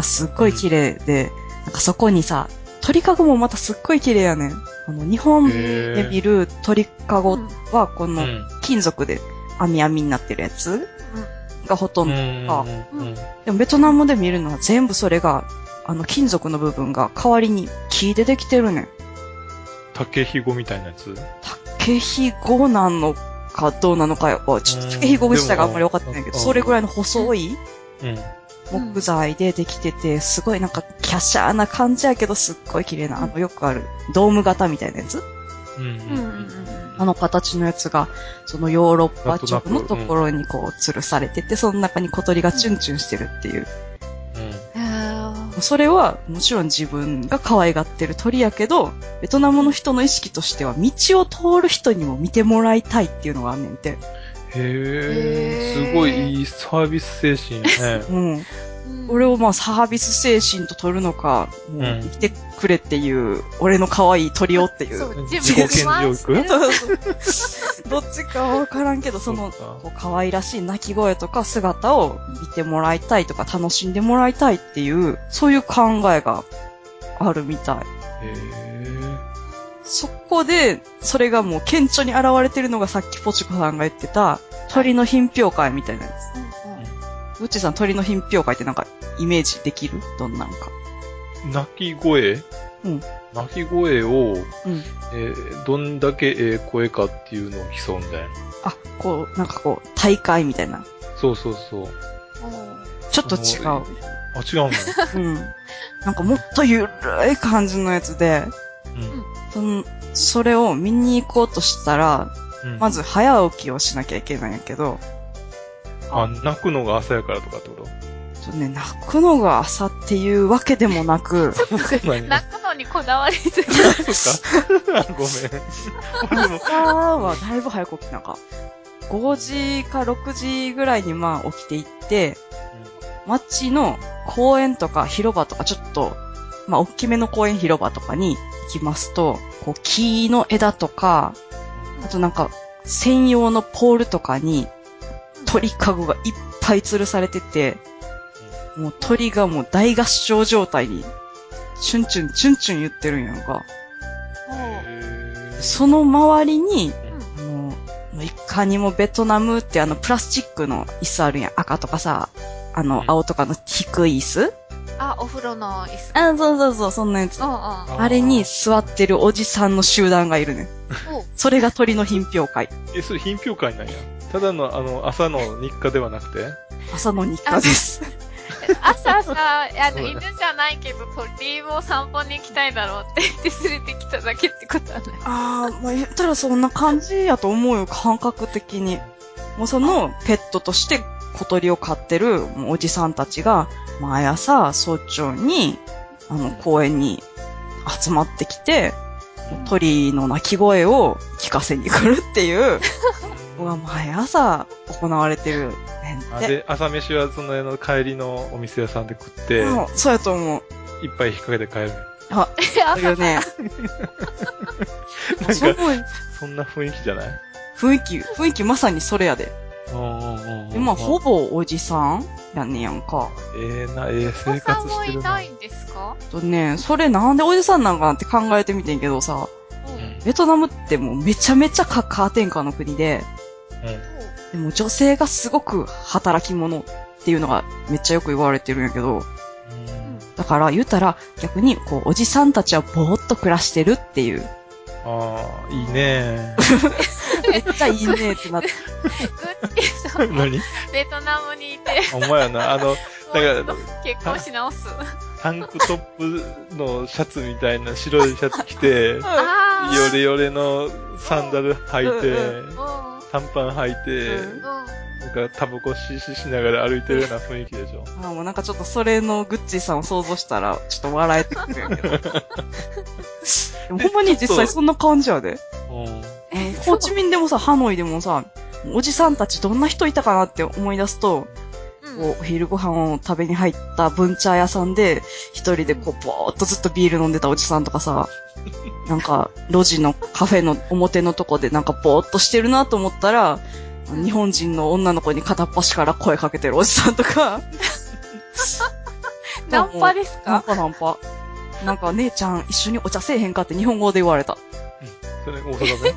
A: すっごい綺麗で、なんかそこにさ、鳥かごもまたすっごい綺麗やねん。あの、日本で見る鳥かご
C: うん
A: は、こ
B: うん。う
A: の
B: ん
A: 金属で網網になってるやつがほとんど。か
B: うんうん
A: でもベトナムで見るのは全部それが、あの、金属の部分が代わりに木でできてるねん。
B: 竹ひごみたいなやつ
A: 竹ひごなのかどうなのかは、ちょっと竹ひご自体があんまり分かってないけど、
B: うん
A: それぐらいの細い、
B: うん。
A: 木材でできてて、すごいなんかキャシャーな感じやけど、すっごい綺麗な、あの、よくある、ドーム型みたいなやつ
B: うん。
C: うんうん
A: あの形のやつが、そのヨーロッパ直
B: な
A: の
B: んと
A: と
B: なくうん
A: ころにこう、吊るされてて、その中に小鳥がチュンチュンしてるっていう。
B: うん。
C: へえ
A: それは、もちろん自分が可愛がってる鳥やけど、ベトナムの人の意識としては、道を通る人にも見てもらいたいっていうのがあんねんて。。
B: へえ、
C: へー
B: すごいいいサービス精神やね
A: うん。
C: うん
A: 俺をまあ、サービス精神と取るのか、もう生きてくれっていう、俺の可愛い鳥をっていう。
C: そう
B: 自
C: 自
B: 己顕示欲
C: 分で回してる
A: そうそう どっちかは分からんけど、その、
B: そう か
A: こう可愛らしい鳴き声とか姿を見てもらいたいとか楽しんでもらいたいっていう、そういう考えがあるみたい。
B: へえ。
A: そこで、それがもう顕著に現れてるのがさっきポチコさんが言ってた、鳥の品評会みたいなや
C: うんうん
A: つ。うっちーさん鳥の品評会ってなんかイメージできるどんなんか。
B: 鳴き声
A: うん
B: 鳴き声
A: う
B: を、
A: ん。
B: えーどんだけええ声かっていうのを競うんだよ。
A: あ、こう、なんかこう、大会みたいな。
B: そうそうそう。
A: ちょっと違う。
B: あ、違 うの
A: うん。なんかもっとゆるい感じのやつで、
B: うん
A: その、それを見に行こうとしたら、
B: うん。
A: まず早起きをしなきゃいけないんやけど、
B: あ、泣くのが朝やからとかって こと
A: ちょっとね、泣くのが朝っていうわけでもなく、
B: そうなん や。
C: 泣くのにこだわりすぎ。
B: そうか。ご めん。俺も、
A: 朝はだいぶ早く起きたんか。5時か6時ぐらいにまあ起きていって、街の公園とか広場とかちょっと、まあ大きめの公園広場とかに行きますと、こう木の枝とか、あとなんか専用のポールとかに鳥かごがいっぱい吊るされてて、もう鳥がもう大合唱状態に、チュンチュンチュンチュン言ってるんやんか。
B: へー
A: その周りに、
B: うん
A: あの、もういかにもベトナムってあのプラスチックの椅子あるやん。赤とかさ、あ
B: う
A: の
B: ん
A: 青とかの低い椅子、
C: あ、お風呂の椅子。
A: あ、そうそうそう、そんなやつ。
C: うんうん。
B: あ
A: あれに座ってるおじさんの集団がいるねん。
C: お
A: それが鳥の品評会。
B: え、それ品評会なんや。ただの、あの、朝の日課ではなくて
A: 朝の日課です。
C: 朝さ、あの、
B: そうだね
C: 犬じゃないけど、鳥を散歩に行きたいだろうって言って連れてきただけってこ とはない。
A: ああ、まあ言ったらそんな感じやと思うよ、感覚的に。もうそのペットとして小鳥を飼ってるもうおじさんたちが、毎朝早朝に、あの公園に集まってきて、もう鳥の鳴き声を聞かせに来るっていうのが毎朝行われてるねん
B: あ
A: て。
B: で、朝飯はそのの帰りのお店屋さんで食って、
A: うんそうやと思う。
B: 一杯引っ掛けて帰る。
A: あ、だけどね、
B: なん
A: す
B: か、
A: ごい
B: そんな雰囲気じゃない
A: 雰囲気、雰囲気まさにそれやで。で、まあ、ほ
B: ぼ。
A: ぼおじさんやねんやんか。
B: ええな、ええ
C: お
B: 生
C: 子さ
B: 活
C: ん
B: し
C: も
B: て
C: い
B: る
C: な
B: な。
C: いんですか
A: とね、それなんでおじさんなんかなって考えてみてんけどさ、
C: うん。うん
A: ベトナムってもうめちゃめちゃカカーテンカーの国で、でも女性がすごく働き者っていうのがめっちゃよく言われてるんやけど、
B: うん
A: だから言うたら逆にこうおじさんたちはぼーっと暮らしてるっていう、
B: ああ、いいね。
A: めっちゃいいねってなって、
C: グッチーさ
B: 何
C: ベトナムにいて、
B: お前やな、あの、 だか
C: も
B: ら
C: う、結婚し直す。
B: タンクトップのシャツみたいな白いシャツ着 て、
C: ああ。
B: ヨレヨレのサンダル履い
A: うん
B: て、
C: うん。
B: 短パン履いて、
A: うん
C: うん。
B: なんかタバコシーシーしながら歩いてるような雰囲気でしょ。
A: あーもうなんかちょっとそれのグッチーさんを想像したら、ちょっと笑えてくるん やけど。でもほんまに実際そんな感じやで。
B: う
A: えーホーチミンでもさ、ハノイでもさ、おじさんたちどんな人いたかなって思い出すと、
C: うん、
A: こうお昼ご飯を食べに入った文茶屋さんで、一人でこう、ぼーっとずっとビール飲んでたおじさんとかさ、なんか、路地のカフェの表のとこでなんかぼーっとしてるなと思ったら、日本人の女の子に片っ端から声かけてるおじさんとか、
C: ナンパです
A: ナン
C: か
A: パナンパ。なんか、姉ちゃん一緒にお茶せえへんかって日本語で言われた。
B: ん。それ、大阪弁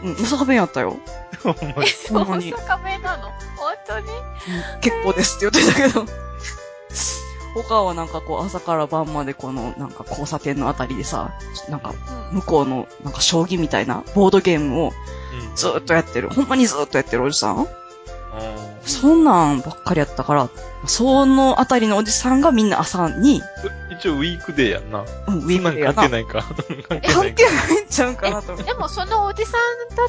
A: うん、大阪弁やったよ。
B: ほんまに。
A: ほ
C: 大
A: んまに
C: 阪弁なの本当に
A: 結構ですって言ってたけど。他はなんかこう朝から晩までこのなんか交差点のあたりでさ、なんか
C: うん。
A: 向こうのなんか将棋みたいなボードゲームを
B: うん
A: ずーっとやってる。ほんまにずーっとやってるおじさん
B: うん
A: そんなんばっかりやったから、そのあたりのおじさんがみんな朝に、
B: それ一応ウィークデーやんな。
A: うん、ウィークでや
B: そんなん関
A: な。
B: 係ないか。関係
A: 関
B: ないか
A: 係。ないんちゃうかなと思う。
C: でもそのおじさん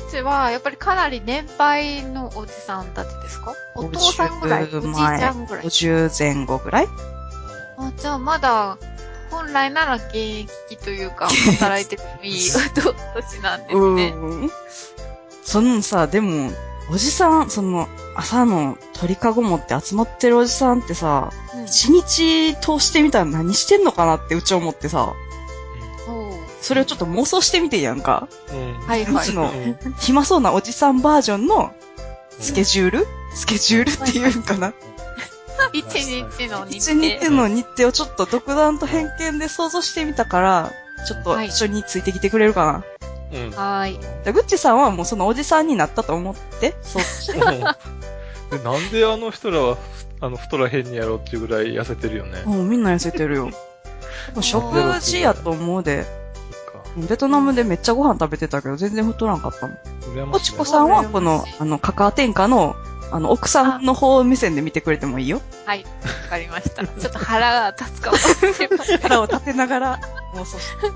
C: たちは、やっぱりかなり年配のおじさんたちですかお父さんぐらいおじ
A: 50
C: いちゃんぐらい
A: 50前後ぐらい
C: あ、じゃあまだ、本来なら現役というか、働いてもいい年なんですね。
A: うん。そのさ、でも、おじさん、その、朝の鳥かご持って集まってるおじさんってさ、
C: うん
A: 一日通してみたら何してんのかなってうち思ってさ、
C: おう
A: それをちょっと妄想してみてんやんか。
B: うん。
C: はいは
A: う
C: い
A: ち。
B: う
A: の
B: ん
A: 暇そうなおじさんバージョンのスケジュール、スケジュールっていうんかな。
C: 一日の日
A: 一
C: 程。
A: 日の日程をちょっと独断と偏見で想像してみたから、ちょっと一緒についてきてくれるかな。
B: うん。
C: はーい。
A: じゃあグッチさんはもうそのおじさんになったと思って、そうして。
B: うんでなんであの人らは、あの、太らへんにやろうっていうぐらい痩せてるよね。
A: もうみんな痩せてるよ。 もう食事やと思うで。ベトナムでめっちゃご飯食べてたけど、全然太らんかったもん。
B: 羨ま
A: も
B: し
A: ち
B: いね。
A: こさんは、この、あの、カカア天下の、あの、奥さんの方目線で見てくれてもいいよ。
C: はい。わかりました。ちょっと腹が立つかもしれません。
A: 腹を立てながら、もうそして。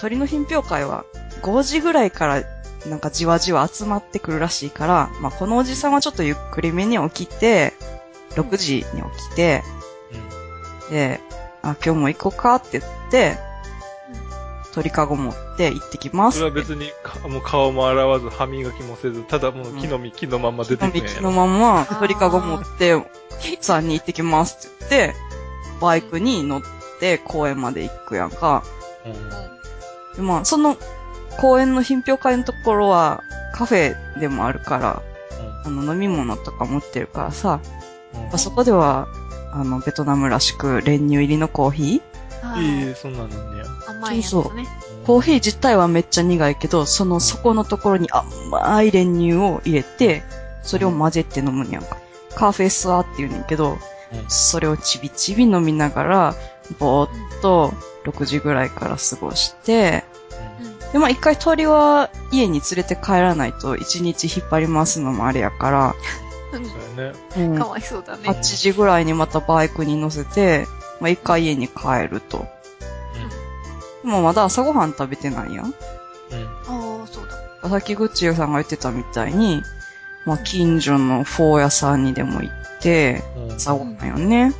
A: 鳥の品評会は、5時ぐらいから、なんかじわじわ集まってくるらしいから、まあ、このおじさんはちょっとゆっくりめに起きて、6時に起きて、
B: うん
A: で、あ、今日も行こうかって言って
C: う、
A: 鳥かご持って行ってきま
B: そ
A: す。
B: れは別にか、もう顔も洗わず、歯磨きもせず、ただもう木の実、木のまんま出てくるんや
A: のまんま、鳥かご持って、
C: ー
A: さんに行ってきますって言って、バイクに乗って公園まで行くやんか。
B: うん
A: でまあ、その公園の品評会のところはカフェでもあるから、あの飲み物とか持ってるからさ、
B: うん
A: まあそこでは、あの、ベトナムらしく練乳入りのコーヒー
C: は
B: うん。い
C: い
B: い、そんなんなんや。
C: 甘いやつ
A: そう
C: ね。
A: コーヒー自体はめっちゃ苦いけど、その底のところに甘い練乳を入れて、それを混ぜて飲むんやんか。カーフェスアーって言うねんけど、
B: うん
A: それをちびちび飲みながら、ぼーっと6時ぐらいから過ごして、
C: うん。
A: で、まあ一回鳥は家に連れて帰らないと一日引っ張り回すのもあれやから、
C: うん
B: そうやね。
A: うん
C: かわいそうだね。
A: 8時ぐらいにまたバイクに乗せて、まあ一回家に帰ると。でもまだ朝ごはん食べてないやん。
B: うん。
C: ああ、そうだ。
A: さっきグッチさんが言ってたみたいに、まあ、近所のフォー屋さんにでも行って、
B: うん。うん
A: 朝ごはんよね。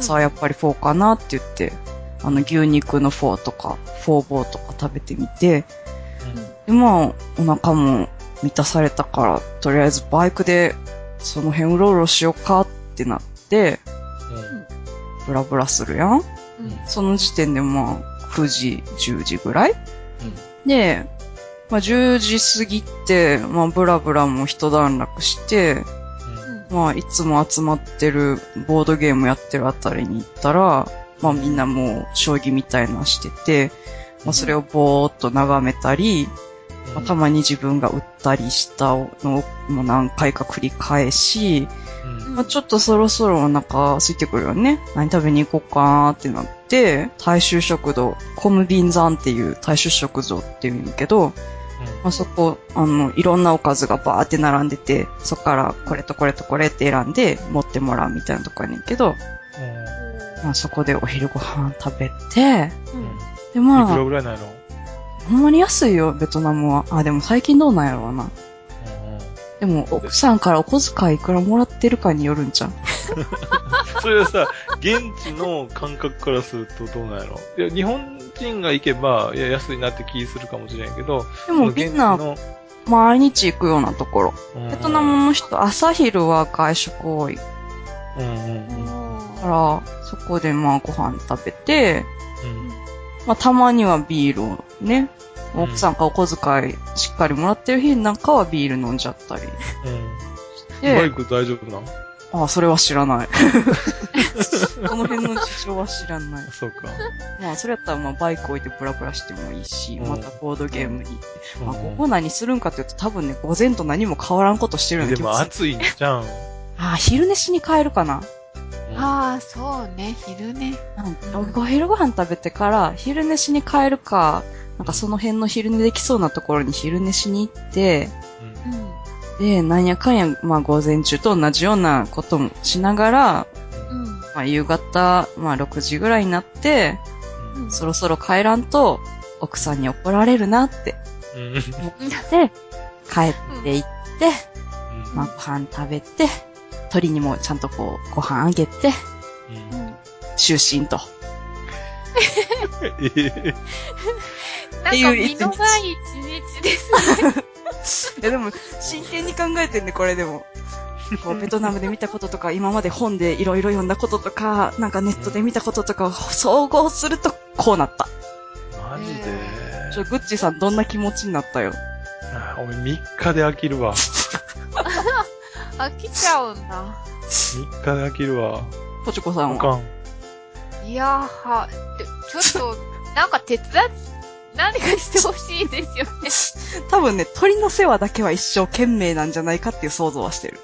A: さあ、やっぱりフォーかなって言って、あの、牛肉のフォーとか、フォーボーとか食べてみて、で、まあ、お腹も満たされたから、とりあえずバイクで、その辺うろうろしようかってなって、ブラブラするやん。
C: うん。うん。
A: その時点でまあ、9時、10時ぐらいで、まあ、10時過ぎて、まあ、ブラブラも一段落して、まあ、いつも集まってるボードゲームやってるあたりに行ったら、まあ、みんなもう、将棋みたいなのしてて、まあ、それをぼーっと眺めたり、まあ、たまに自分が打ったりしたのをもう何回か繰り返し、
B: うん
A: まあ、ちょっとそろそろお腹空いてくるよね。何食べに行こうかなってなって、大衆食堂、コムビンザンっていう大衆食堂っていうんやけど、あそこ、あの、いろんなおかずがバーって並んでて、そこからこれとこれとこれって選んで持ってもらうみたいなとこやねんけど、まあそこでお昼ご飯食べて、
C: うんうん
A: で
B: うん。い
A: ま
B: くら
A: あ、
B: ぐらいないの
A: ほんまに安いよ、ベトナムは。あ、でも最近どうなんやろうな。
B: うん
A: でも、奥さんからお小遣いいくらもらってるかによるんじゃん。
B: それはさ、現地の感覚からするとどうなんやろいや、日本人が行けば、いや、安いなって気するかもしれんけど、
A: でもみんな、毎日行くようなところ。ベトナムの人、朝昼は外食多いか
B: うんうんうん
A: ら、そこでまあご飯食べて、まあたまにはビールをね、
B: うん
A: 奥さんからお小遣いしっかりもらってる日なんかはビール飲んじゃったりし
B: うん。バ
A: て
B: イ、ク大丈夫なん
A: ああ、それは知らない。 この辺の事情は知らない。
B: そうか。
A: まあそれやったらまあバイク置いてブラブラしてもいいし、
B: うん
A: またボードゲームに行ってまあ、
B: うん
A: ここ何するんかって言うと多分ね、午前と何も変わらんことしてるような
B: で
A: 気
B: も
A: がする。
B: 暑いんじゃん。
A: あー、昼飯に変えるかな。
C: ああ、そうね、昼ね。
A: うん、お昼ご飯食べてから、昼飯に変えるか、なんかその辺の昼寝できそうなところに昼飯に行って、
B: うん
C: うん。
A: で、なんやかんや、まあ午前中と同じようなこともしながら、
C: うん。
A: まあ夕方、まあ6時ぐらいになって、
B: うん
C: うん
A: そろそろ帰らんと、奥さんに怒られるなって
B: うん
A: 思って、帰って行って、まあ、ご飯食べて、鳥にもちゃんとこう、ご飯あげて、
B: うん
C: うん
A: 就寝と。
B: え
C: なんか見逃い一日ですね。
A: いやでも、真剣に考えてんね、これで も。こう、ベトナムで見たこととか、今まで本でいろいろ読んだこととか、なんかネットで見たこととかを総合すると、こうなった。
B: マジ
A: ちょ、
B: で。
A: グッチさんどんな気持ちになったよ。
B: あ俺3日で飽きるわ。
C: 飽きちゃうんだ。
B: 3日で飽きるわ。
A: ポチコさ
B: あ
A: んは。
B: かん。
C: いやーは、でちょっと、なんか手伝っ、何かしてほしいですよね。
A: 多分ね、鳥の世話だけは一生懸命なんじゃないかっていう想像はしてる。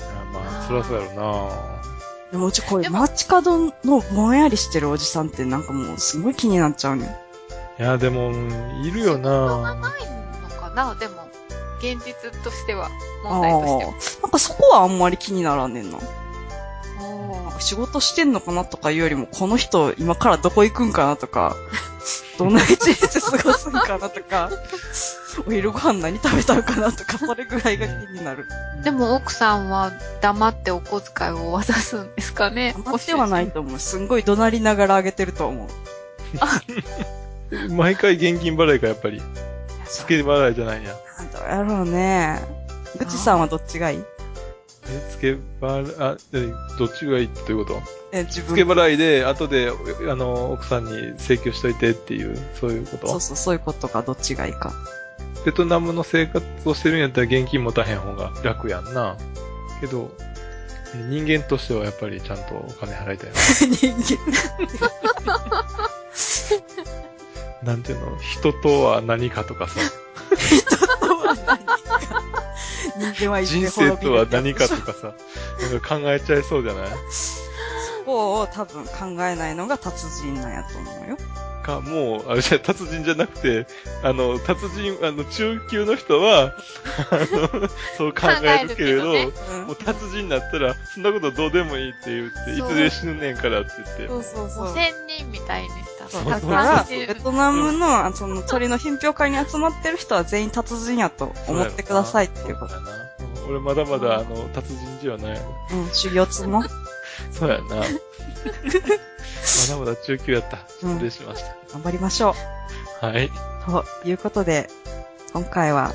B: あまあ、そりゃそうやろな。
A: でもうちこれ、
C: でも
A: 街角のぼんやりしてるおじさんってなんかもうすごい気になっちゃうね。
B: いや、でも、うんいるよ
C: が
B: な。
C: ないのかなでも、現実としては、
A: あ
C: 問題としては。
A: ーなんかそこはあんまり気にならんねんな。
C: おー
A: 仕事してんのかなとかいうよりも、この人今からどこ行くんかなと か、どんな一日過ごすんかなとか、お昼ご飯何食べたのかなとか、それぐらいが気になる。
C: で、も奥さんは黙ってお小遣いを渡すんですかね
A: 余ってはないと思う。すんごい怒鳴りながらあげてると思う。
B: 毎回現金払いか、やっぱり。付け払いじゃないんや。
A: どうやろうね。ぐちさんはどっちがいい
B: え、付け払い、あ、何どっちがいいってどういうこと
A: え、自
B: 付け
A: 分。
B: 払いで、後で、あの、奥さんに請求しといてっていう、そういうこと
A: そうそう、そういうことがどっちがいい か。
B: ベトナムの生活をしてるんやったら現金持たへん方が楽やんな。けど、人間としてはやっぱりちゃんとお金払いたいな。
A: 人間。
B: なんていうの人とは何かとかさ、
A: 人間 は一
B: 人生とは何かとかさ、なんか考えちゃいそうじゃない
A: こを多分考えないのが達人なんやと思うよ。
B: か、もう、あれじゃ、達人じゃなくて、あの、達人、あの、中級の人は、あの、そう考えるけれど、
C: 考えるけどね
A: うん
B: もう達人になったら、そんなことどうでもいいって言って、い
A: そう
B: ずれ死ぬねんからって言って。
A: うそう
C: もう千人みたいにした。
A: そうう、
B: だ
A: だ
B: か
A: からら、ベトナムの、あその鳥の品評会に集まってる人は全員達人やと思ってくださいっていうこと。
B: そうやろな。うん俺まだまだ、あの、達人じゃない。
A: うん、修行つも。
B: そうやな。まだまだ中級やった。失礼しまし
A: 頑張りましょ
B: た。はい。
A: う。ということで、今回は、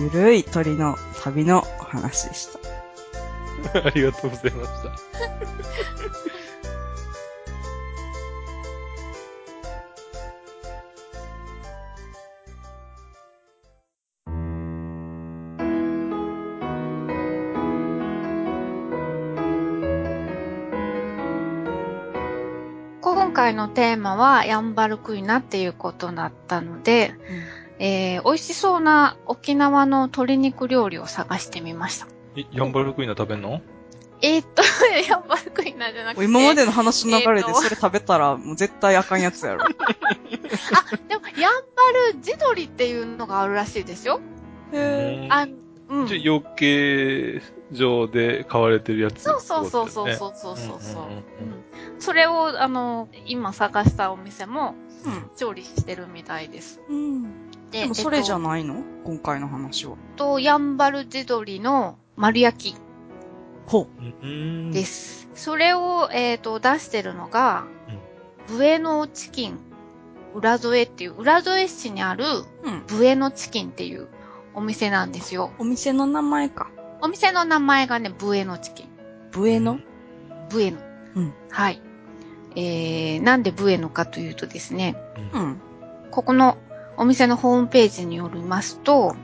A: ゆるい鳥の旅のお話でした。
B: ありがとうございました。
C: 今回のテーマはヤンバルクイナっていうことだったので、えー、美味しそうな沖縄の鶏肉料理を探してみました。
B: いヤンバルクイナ食べんの
C: えー、っと、ヤンバルクイんなじゃなくて。
A: 今までの話の流れ
C: え
A: で
C: ーと
A: それ食べたらもう絶対あかんやつやろ。
C: あ、でも、やんばる地鶏っていうのがあるらしいですよ。
A: へ
B: うん
C: あ、うん。
B: じゃあ養鶏場で買われてるやつ、
C: そうそうそうそう
B: ってこ
C: そうそ
B: と
C: う
B: だよね
C: そうそう。
B: うんうん
C: うんそれを、あの、今探したお店も
A: うん
C: 調理してるみたいです。
A: うん。
C: で
A: でもそれじゃ
C: ん。
A: ないの今回の話は。
C: えっと、やんばる地鶏の丸焼き
A: ほ
B: うんうん
C: で。す。それを、えっ、と、出してるのが、ブエノチキン浦添っていう、浦添市にある
A: う。うん。
C: ブエノチキンっていうお店なんですよ。
A: お店の名前か。
C: お店の名前がね、ブエノチキン。
A: ブエノ
C: ブエノ。
A: うん
C: はい。えー、なんでブエノかというとですね、
B: う
A: うんん。
C: ここのお店のホームページによりますと、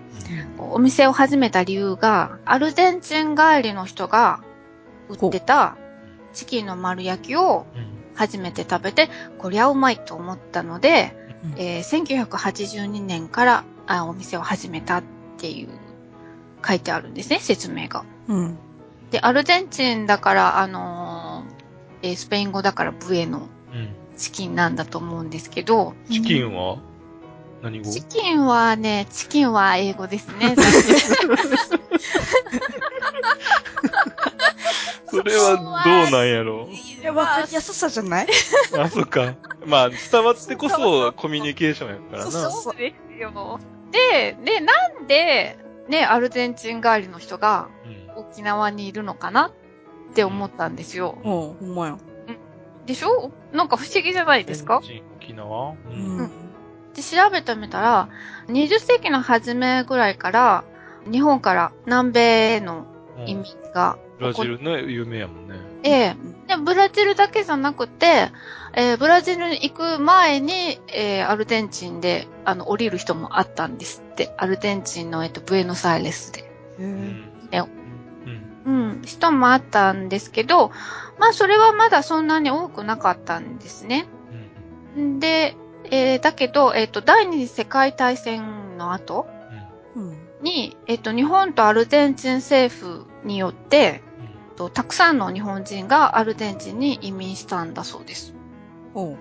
C: お店を始めた理由が、アルゼンチン帰りの人が売ってたチキンの丸焼きを
B: うん
C: 初めて食べて、こりゃうまいと思ったので、
A: うん
C: えー1982年からあお店を始めたっていう書いてあるんですね、説明が。
A: うん。
C: で、アルゼンチンだから、あのーえースペイン語だからブエの
B: うん
C: チキンなんだと思うんですけど、
B: チキンは何語
C: チキンはね、チキンは英語です ね。
B: それはどうなんやろ
A: いや、わかりやすさじゃない
B: あ、そっか。まあ、伝わってこ
C: そうそうそ
B: そうコミュニケーションやからな。
A: そう
C: そうですよ。で、ね、なんで、ね、アルゼンチン帰りの人が
B: うん
C: 沖縄にいるのかなって思ったんですよ。
A: おうほんまや。
C: でしょなんか不思議じゃないですか
B: チン沖縄う。
A: うんん。
C: で、調べてみたら、20世紀の初めぐらいから、日本から南米への
B: うん
C: 移民が、
B: ブラジルね、有名やもんね。
C: ええで、ブラジルだけじゃなくて、えーブラジルに行く前に、えーアルゼンチンで、あの、降りる人もあったんですって。アルゼンチンの、えっと、ブエノサイレスで。
A: へ
B: う
A: え。
B: ん。
C: え
B: うん。
C: うん、人もあったんですけど、まあ、それはまだそんなに多くなかったんですね。
B: うん。
C: で、えーだけど、えっ、と、第二次世界大戦の後
A: うん。
C: に、えっ、と、日本とアルゼンチン政府によって、えっとたくさんの日本人がアルゼンチンに移民したんだそうです。
A: おう。
B: うん
C: う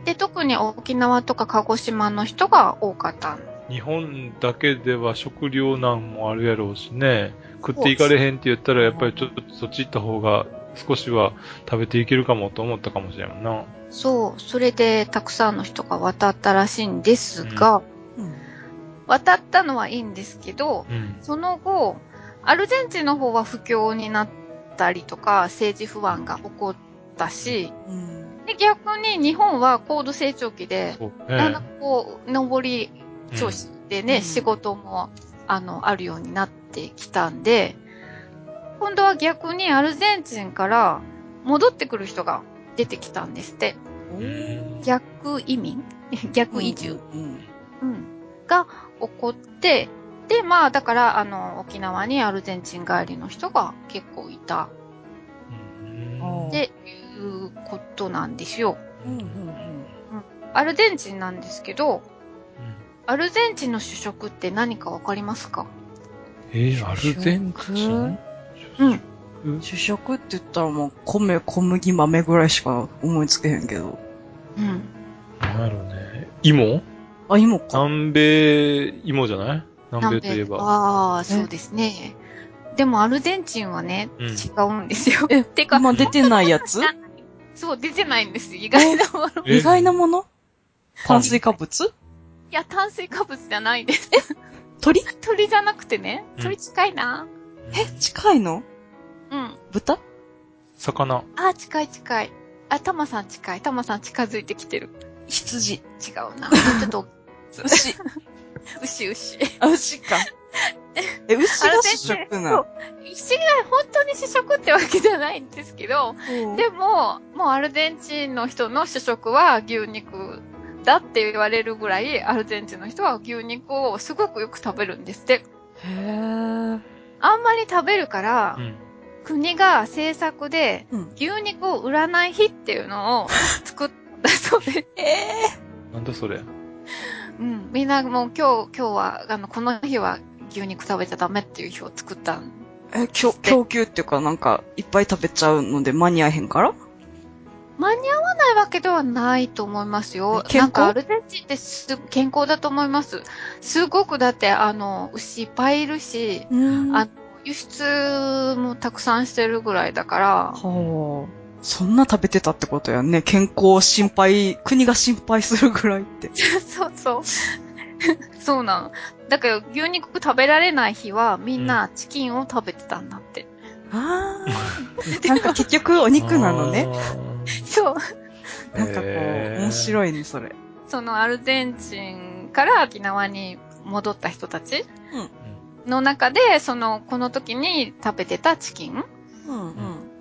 C: ん、で特に沖縄とか鹿児島の人が多かったん
B: 日本だけでは食糧難もあるやろうしね、食っていかれへんって言ったら、やっぱりちょっとそっち行った方が少しは食べていけるかもと思ったかもしれんな。
C: そうそれでたくさんの人が渡ったらしいんですが、
A: うん。
C: 渡ったのはいいんですけど
B: うん。
C: その後アルゼンチンの方は不況になったりとか政治不安が起こったし
A: うん。
C: で逆に日本は高度成長期で
B: そう
C: だ
B: ね
C: んだん。こう上り調子でね、
A: うん
C: 仕事も、あの、あるようになってきたんで、今度は逆にアルゼンチンから戻ってくる人が出てきたんですって。
A: お
B: う。
A: うん
C: 逆移民 逆移住、
A: うん。
C: うんが起こって、で、まあ、だから、あの、沖縄にアルゼンチン帰りの人が結構いた
B: うん
A: おう
C: っていうことなんですよ。
A: うんうん
C: アルゼンチンなんですけど、
B: うん
C: アルゼンチンの主食って何かわかりますか
B: えー、アルゼンチン
C: うん。
A: うん。主食って言ったらもう米、小麦、豆ぐらいしか思いつけへんけど。
C: うん。
B: なんやろうね。芋
A: あ、芋か。
B: 南米芋じゃない南米といえば。
C: ああ、そうですね。でもアルゼンチンはね、
B: うん
C: 違うんですよ。 てか、
A: 今出てないや つ
C: そう、出てないんです。意外な もの。
B: え
A: 意外なもの
B: パン
A: 炭水化物
C: いや、炭水化物じゃないです。
A: 鳥
C: 鳥じゃなくてね。
B: うん
C: 鳥近いな。
A: え、近いの
C: うん。
A: 豚
B: 魚。
C: あー、近い近い。あ、タマさん近い。タマさん近づいてきてる。
A: 羊。
C: 違うな。ちょっと、
A: 牛。
C: 牛牛。
A: あ、牛か。え、牛が主食な
C: そう
A: の。
C: 牛が本当に主食ってわけじゃないんですけど、でも、もうアルゼンチンの人の主食は牛肉だって言われるぐらい、アルゼンチンの人は牛肉をすごくよく食べるんですって。
A: へー。
C: あんまり食べるから、
B: うん。
C: 国が政策で
A: うん。
C: 牛肉を売らない日っていうのを作ったそうで、
A: ええ
B: なんだそれ。
C: うん、みんなもう今日、今日は、あの、この日は牛肉食べちゃダメっていう日を作ったん
A: え、供供給っていうかなんか、いっぱい食べちゃうので間に合えへんから
C: 間に合わないわけではないと思いますよ。
A: 健康
C: なんかアルゼンチンってす健康だと思います。すごくだって、あの、牛いっぱいいるし、
A: うん
C: あの輸出もたくさんしてるぐらいだから、
A: はあ。そんな食べてたってことやんね。健康を心配、国が心配するぐらいって。
C: そうそう。そうなの。だけど牛肉食べられない日はみんなチキンを食べてたんだって。
A: ああ。 なんか結局お肉なのね。
C: そう。
B: あー。
A: なんかこう、面
B: い。
A: 白いね、それ。
C: そのアルゼンチンから沖縄に戻った人たちの中で、その、この時に食べてたチキン
A: うん
B: ん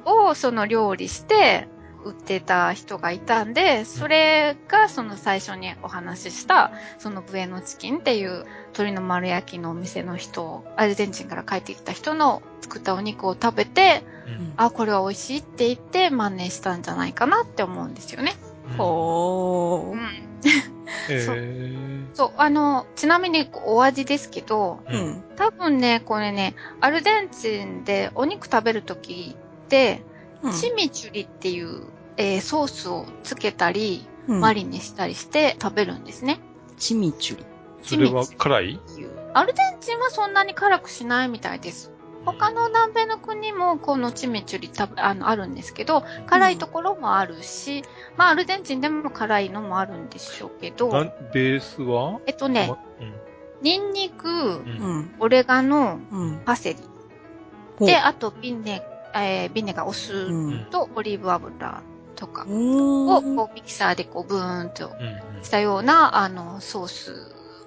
C: をその料理して売ってた人がいたんで、それがその最初にお話しした、そのブエノチキンっていう鶏の丸焼きのお店の人、アルゼンチンから帰ってきた人の作ったお肉を食べて、
B: うん
C: あ、これは美味しいって言って真似したんじゃないかなって思うんですよね。
A: ほー。
C: うん。
B: え
C: そう
B: ー
C: そう、あの、ちなみにお味ですけど、
A: う
B: うんん。
C: 多分ね、これね、アルゼンチンでお肉食べるときって、チミチュリっていう、えーソースをつけたり、
A: うん
C: マリネしたりして食べるんですね。
A: チミチュリ。
B: それは辛い
C: アルゼンチンはそんなに辛くしないみたいです。他の南米の国もこのチミチュリたあのあるんですけど、辛いところもあるし、まあアルゼンチンでも辛いのもあるんでしょうけ
B: な
C: ど、
B: ベースは
C: えっとね、
B: ま
C: ニンニク
B: う、ん
A: う
B: うん
A: ん。
C: オレガノ、
A: うん。
C: パセリ。
A: ほう
C: で、あとビネ、えービネがお酢
A: うん。
C: とオリーブ油とか
A: お
C: を
A: ー。
C: こうミキサーでこうブーンと
B: うん
C: したようなあのソース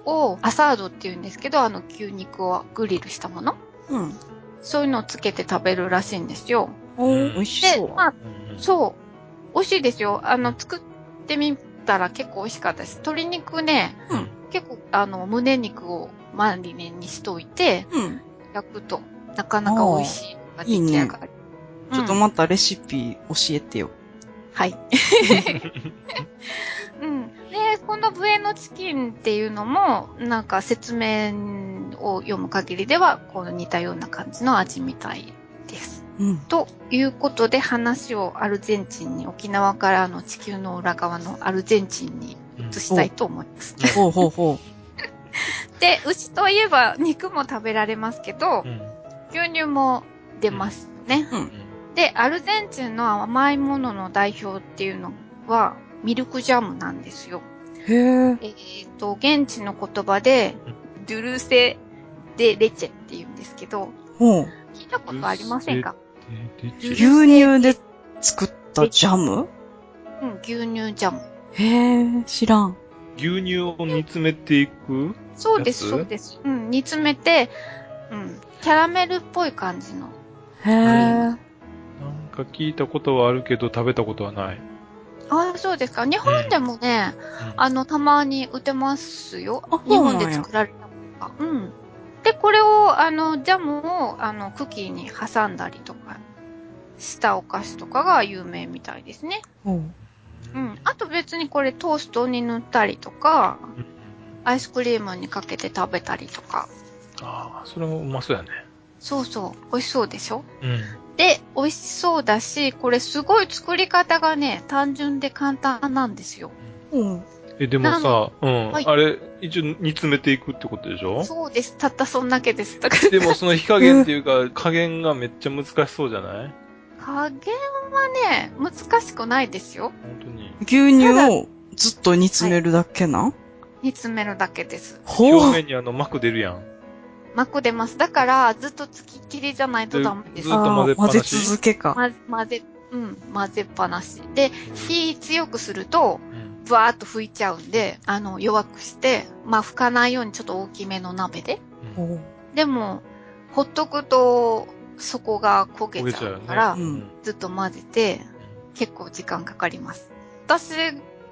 C: をアサードっていうんですけど、あの牛肉をグリルしたもの
A: うん。
C: そういうのをつけて食べるらしいんですよ。
A: お
B: う
A: ー、
B: ん
A: 美味し
C: で
A: そう、。
C: まあ、
B: うん
C: そう。美味しいですよ。あの、作ってみたら結構美味しかったです。鶏肉ね、
A: うん
C: 結構あの、胸肉をマリネにしといて、
A: うん。
C: 焼くとなかなか美味しいのが出来上がる。
A: ちょっと
C: うん
A: またレシピ教えてよ。
C: はい。うん。で、このブエノチキンっていうのも、なんか説明を読む限りでは、こう似たような感じの味みたいです。
A: うん。
C: ということで話をアルゼンチンに、沖縄からの地球の裏側のアルゼンチンに移したいと思います。
A: ほうほうほ
C: で、牛といえば肉も食べられますけど
B: う、ん
C: 牛乳も出ますね。で、アルゼンチンの甘いものの代表っていうのは、ミルクジャムなんですよ。
A: う。へえ。
C: えっ、と、現地の言葉で、ドゥルセ・デ・レチェって言うんですけど、
A: ほう。
C: 聞いたことありませんか
B: でで
A: 牛乳で作ったジャム
C: うん、牛乳ジャム。
A: へえ、知らん。
B: 牛乳を煮詰めていく
C: そうです、
B: やつ
C: そうです。うん、煮詰めて、うん、キャラメルっぽい感じの。
A: へえ。
B: なんか聞いたことはあるけど食べたことはない。
C: ああ、そうですか。日本でもね、あの、たまに売ってますよ
A: あ。
C: 日
A: そうなんや
C: 本で作られたものが。うん。で、これを、あの、ジャムを、あの、クッキーに挟んだりとか、したお菓子とかが有名みたいですね。
A: ほう。
C: うん。あと別にこれトーストに塗ったりとか、アイスクリームにかけて食べたりとか。
B: ああ、それもうまそうやね。
C: そうそう。美味しそうでしょ
B: うん。
C: で、美味しそうだし、これすごい作り方がね、単純で簡単なんですよ。
A: うん。
B: え、でもさ、うん。
C: はい
B: あれ、一応煮詰めていくってことでしょ
C: そうです。たったそんだけです。だから
B: でもその火加減っていうか、 加減がめっちゃ難しそうじゃない
C: 加減はね、難しくないですよ。
B: 本当に。
A: 牛乳をずっと煮詰めるだけなん
C: 煮詰めるだけです。
A: ほ
B: 表
A: う。
B: 面にあの膜出るやん。
C: 膜出ます。だから、ずっとつきっきりじゃないとダメです
B: ずっ。と混ぜっぱなし
A: あー混ぜ続けか。
C: ま混ぜ、うん、混ぜっぱなし。で、火強くすると、
B: うん
C: ブワーっと拭いちゃうんで、あの、弱くして、まあ、拭かないようにちょっと大きめの鍋で。
B: うん
A: ほ
C: でも、ほっとくと、そこが焦
B: 焦
C: げ
B: げ
C: ち
B: ちゃう
C: ゃ
B: よ
C: う
B: ね。
C: から、
A: うん
C: ずっと混ぜて、結構時間かかります。私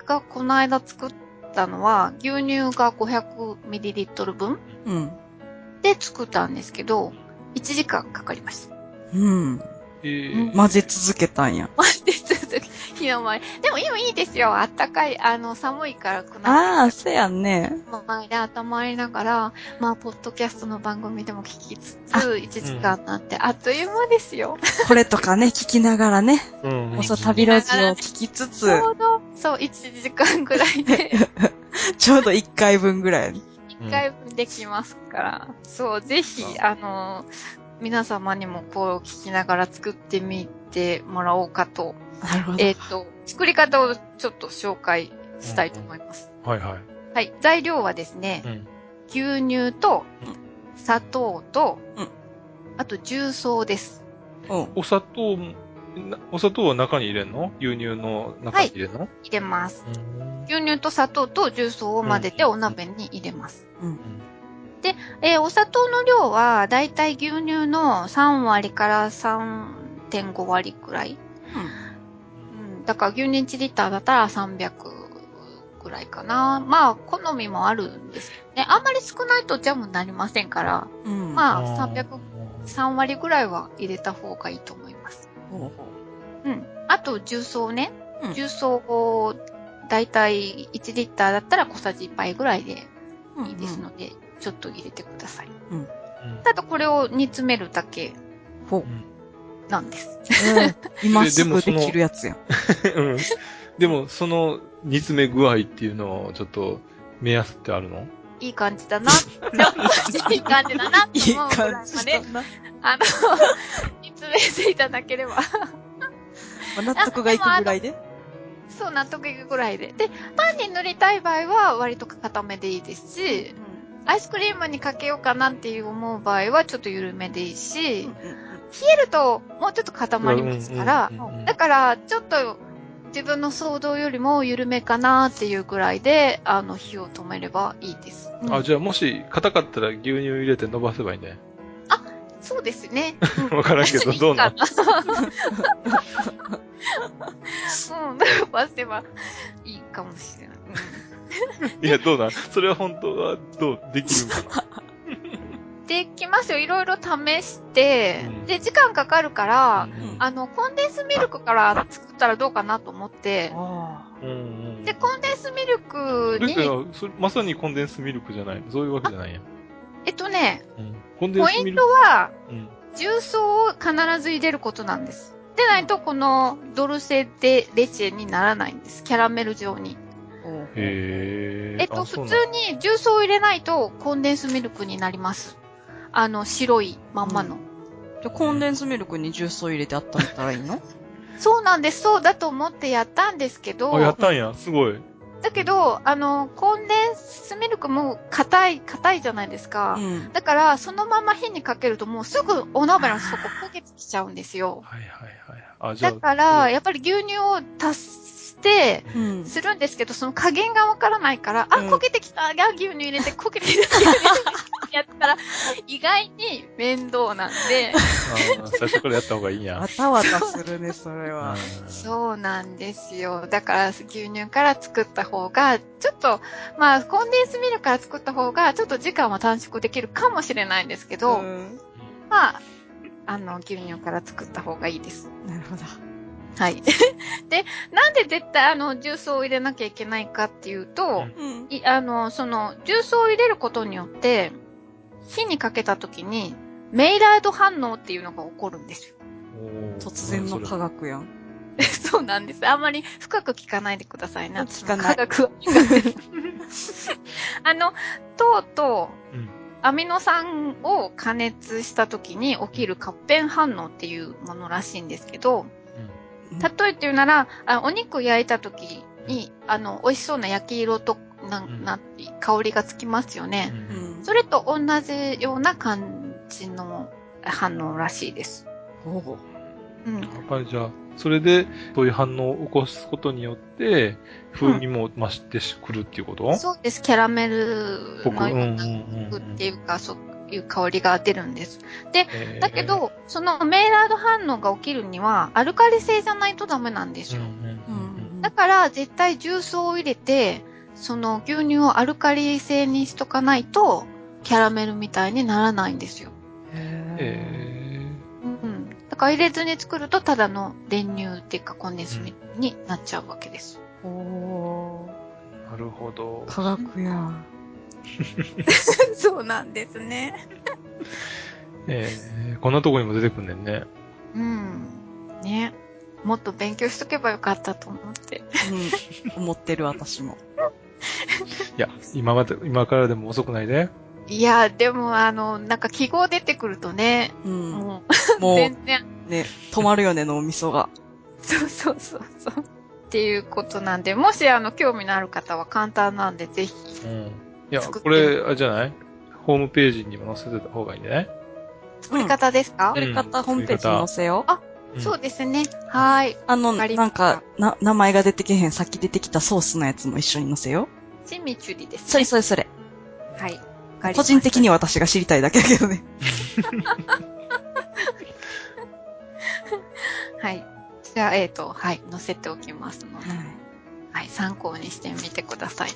C: がこの間作ったのは、牛乳が 500ml 分
A: う。うん。
C: で作ったんですけど、1時間かかりました。
A: うん。
B: えー
A: 混ぜ続けたんや。
C: 混ぜ続け火の前。でも今いいですよ。あったかい、あの、寒いからくな
A: ああ、せやんね。
C: の前で頭ありながら、まあ、ポッドキャストの番組でも聞きつつ、1時間なんてあっという間ですよ。
A: これとかね、聞きながらね、
B: うん
A: そう旅ラジオを聞きつ
C: ち
A: つ、
C: ょうど、そう、1時間ぐらいで
A: ちょうど1回分ぐらい。
C: 1回分できますから。そう、ぜひ、あの、皆様にもこう聞きながら作ってみてもらおうかと。
A: なるほど。
C: えっ、と、作り方をちょっと紹介したいと思います。
B: はいはい。
C: はい。材料はですね、
B: うん。
C: 牛乳と
B: うん、
C: 砂糖と、
A: うん
C: あと重曹です。
A: うん
B: お砂糖も、なお砂糖は中に入れんの牛乳の中に入れんの、
C: 入れます。
B: うん
C: 牛乳と砂糖と重曹を混ぜて
B: うん
C: お鍋に入れます。
A: うん。
C: えーお砂糖の量は、だいたい牛乳の3割から3.5割くらい。うん。だから牛乳1リッターだったら300くらいかな。まあ、好みもあるんですけどね。あんまり少ないとジャムになりませんから、
A: うん。
C: まあ300
B: 300。
C: 3割ぐらいは入れた方がいいと思います。
A: ほうほ
C: うん。あと、重曹ね。
A: うん
C: 重曹を、だいたい1リッターだったら小さじ1杯ぐらいで
A: う
C: いいですので、ちょっと入れてください。
B: うん
C: ただこれを煮詰めるだけなんです。
A: うん今すぐで
B: でもその
A: きるやつやん。
B: うんでも、その煮詰め具合っていうのを、ちょっと、目安ってあるの
C: いい感じだな。いい感じだな。
A: いい
C: 思うぐら
A: 感
C: い
A: じ
C: ま
A: だ
C: で、
A: な。
C: あの、煮詰めていただければ。
A: まあ納得がいくぐらいで。
C: そう、納得いくぐらいで。で、パンに塗りたい場合は割と固めでいいですし、アイスクリームにかけようかなっていう思う場合はちょっと緩めでいいし、
A: うん
C: 冷えるともうちょっと固まりますから
B: うん、うんうんうん
C: だからちょっと自分の想像よりも緩めかなっていうぐらいで、あの、火を止めればいいです。うん
B: あ、じゃあもし、硬かったら牛乳入れて伸ばせばいいんだよ。
C: そうですね。
B: わからん けど、どうな
C: のうん、伸ばせばいいかもしれない。
B: いや、どうなんそれは本当は、どう、できるんかな
C: うんできますよ。いろいろ試して、
B: うん
C: で、時間かかるから、
B: うん
C: あの、コンデンスミルクから作ったらどうかなと思って、
A: あ
B: うんうん
C: で、コンデンスミルク
B: だけ
C: に、
B: どそれまさにコンデンスミルクじゃない。そういうわけじゃないや。
C: えっとね、
B: うんコンデン
C: ポ
B: ス
C: イ
B: ミ
C: ン
B: ルク
C: トは、
B: うん
C: 重曹を必ず入れることなんです。でないと、このドルセデレチェにならないんです。キャラメル状に。
A: あ。ほう
B: へー
C: えっと、
B: あそう
C: 普
B: なん
C: 通に重曹を入れないとコンデンスミルクになります。あの、白いまんまの。
A: じゃあコンデンスミルクに重曹入れて温めたらいいの
C: そうなんです。そうだと思ってやったんですけど、
B: あ、やったんや。すごい。
C: だけど、あの、コンデンスミルクも硬い、硬いじゃないですか。
A: うん。
C: だから、そのまま火にかけるともうすぐお鍋の底焦げてきちゃうんですよ。
B: はいはいはい。あ、じゃあ
C: だ。から、やっぱり牛乳を足して、
A: うん。
C: するんですけど、その加減がわからないから、あ、
A: うん
C: 焦げてきた、あ、牛乳入れて焦げてきた、やったら、意外に面倒なん で、
B: あー最初からやった方がいいんや
A: わ。たわたするね、それは。
B: う
C: そうなんですよ。だから、牛乳から作った方が、ちょっと、まあ、コンデンスミルクから作った方が、ちょっと時間は短縮できるかもしれないんですけど、
A: ん
C: まあ、あの、牛乳から作った方がいいです。
A: なるほど。
C: はい。 で、なんで絶対、あの、重曹を入れなきゃいけないかっていうと、
A: うん。
C: いあの、その、重曹を入れることによって、火にかけた時に、メイラード反応っていうのが起こるんですよ。
B: んおー
A: 突然の科学やん。
C: そうなんです。あんまり深く聞かないでくださいな。
A: 聞かない
C: 科学は。 あの、糖と
B: うん
C: アミノ酸を加熱した時に起きるカッペン反応っていうものらしいんですけど、
A: うん
C: 例えて言うなら、あお肉焼いた時に、あの、美味しそうな焼き色と、な、
B: うん
C: な、香りがつきますよね。
B: うんうん
A: ん。
C: それと同じような感じの反応らしいです。
A: ほうほう
C: うん
B: や。っぱりじゃあ、それで、そういう反応を起こすことによって、風味も増してくるっていうこと、
C: そうです。キャラメル
B: 僕、う
C: の
B: んう
C: よ
B: んう
C: うんな
B: う
C: 香
B: ん
C: っていうか、そういう香りが出るんです。だけ、
B: えー
C: ど、そのメイラード反応が起きるには、アルカリ性じゃないとダメなんです
B: うん
C: よ。
B: う
A: うん
B: うん
A: ん。
C: だから、絶対重曹を入れて、その牛乳をアルカリ性にしとかないと、キャラメルみたいにならないんですよ。
A: へー
B: え
C: うん。だか入れずに作ると、ただの練乳っていうかコンデンスミルクになっちゃうわけです。
A: おー、
B: なるほど。
A: 科学やん。
D: そうなんですね。
B: えー、こんなとこにも出てくんねんね。
C: うん。ね。もっと勉強しとけばよかったと思って。
A: うん、思ってる私も。
B: いや、今まで、今からでも遅くないで。
C: いや、でもあの、なんか記号出てくるとね、
A: うん。
C: もう
A: もう
C: 全然、
A: ね、止まるよね、脳みそが。
C: そうそうそうそう。っていうことなんで、もしあの、興味のある方は簡単なんで、ぜひ。
B: うん。いや、
C: 作っ
B: こ
C: て
B: れ、あれじゃないホームページにも載せてた方がいいんじゃない
C: 作り方ですか、
A: やり方ホームページに載せよう。
B: うん
C: そうですね。はーい。
A: あの、
C: わかり
A: な
C: ま
A: ん
C: した
A: か、な、名前が出てけへん、さっき出てきたソースのやつも一緒に載せよう。
C: チミチュリです
A: そ
C: ね
A: れ。それそれ。
C: はい。わかり
A: 個
C: ました
A: 人的には私が知りたいだけだけどね。
C: はい。じゃあ、えっ、と、はい。載せておきますので、
A: はい
C: はい。参考にしてみてください。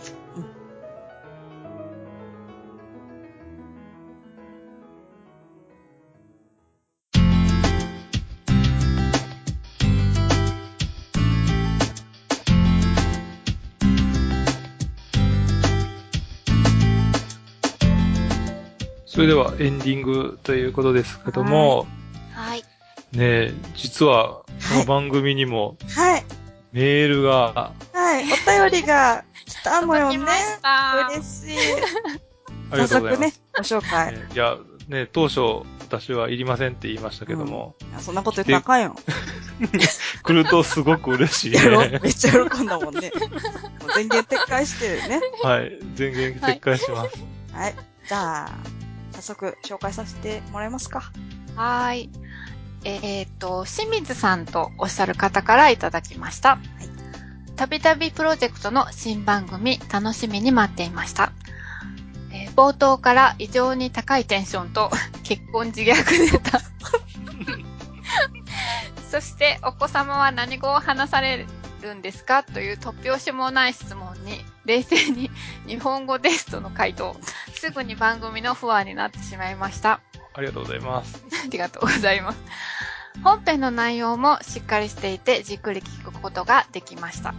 B: それではエンディングということですけども、
C: はい。
B: ねえ実は、この番組にも
D: はい。
B: メールが
D: はい。お便りが来たのよね
C: 届き。ました。
D: 嬉しい。
B: ありがとうございます。
A: ご紹介。
B: ねいや、ね、当初、私はいりませんって言いましたけども、
A: いやそんなこと言ったらあかんよ。
B: 来るとすごく嬉し い
A: やろ
B: ね。
A: めっちゃ喜んだもんね。もう全言撤回してるね。
B: はい。全言撤回します。
A: はい。じゃあ、早速紹介させてもらえますか。
C: はーい。えっ、と、清水さんとおっしゃる方からいただきました。たびたびプロジェクトの新番組、楽しみに待っていました。えー冒頭から異常に高いテンションと結婚自虐ネタ。 そして、お子様は何語を話されるんですかという突拍子もない質問に、冷静に日本語ですとの回答。すぐに番組の不安になってしまいました。
B: ありがとうございます。
C: ありがとうございます。本編の内容もしっかりしていて、じっくり聞くことができました。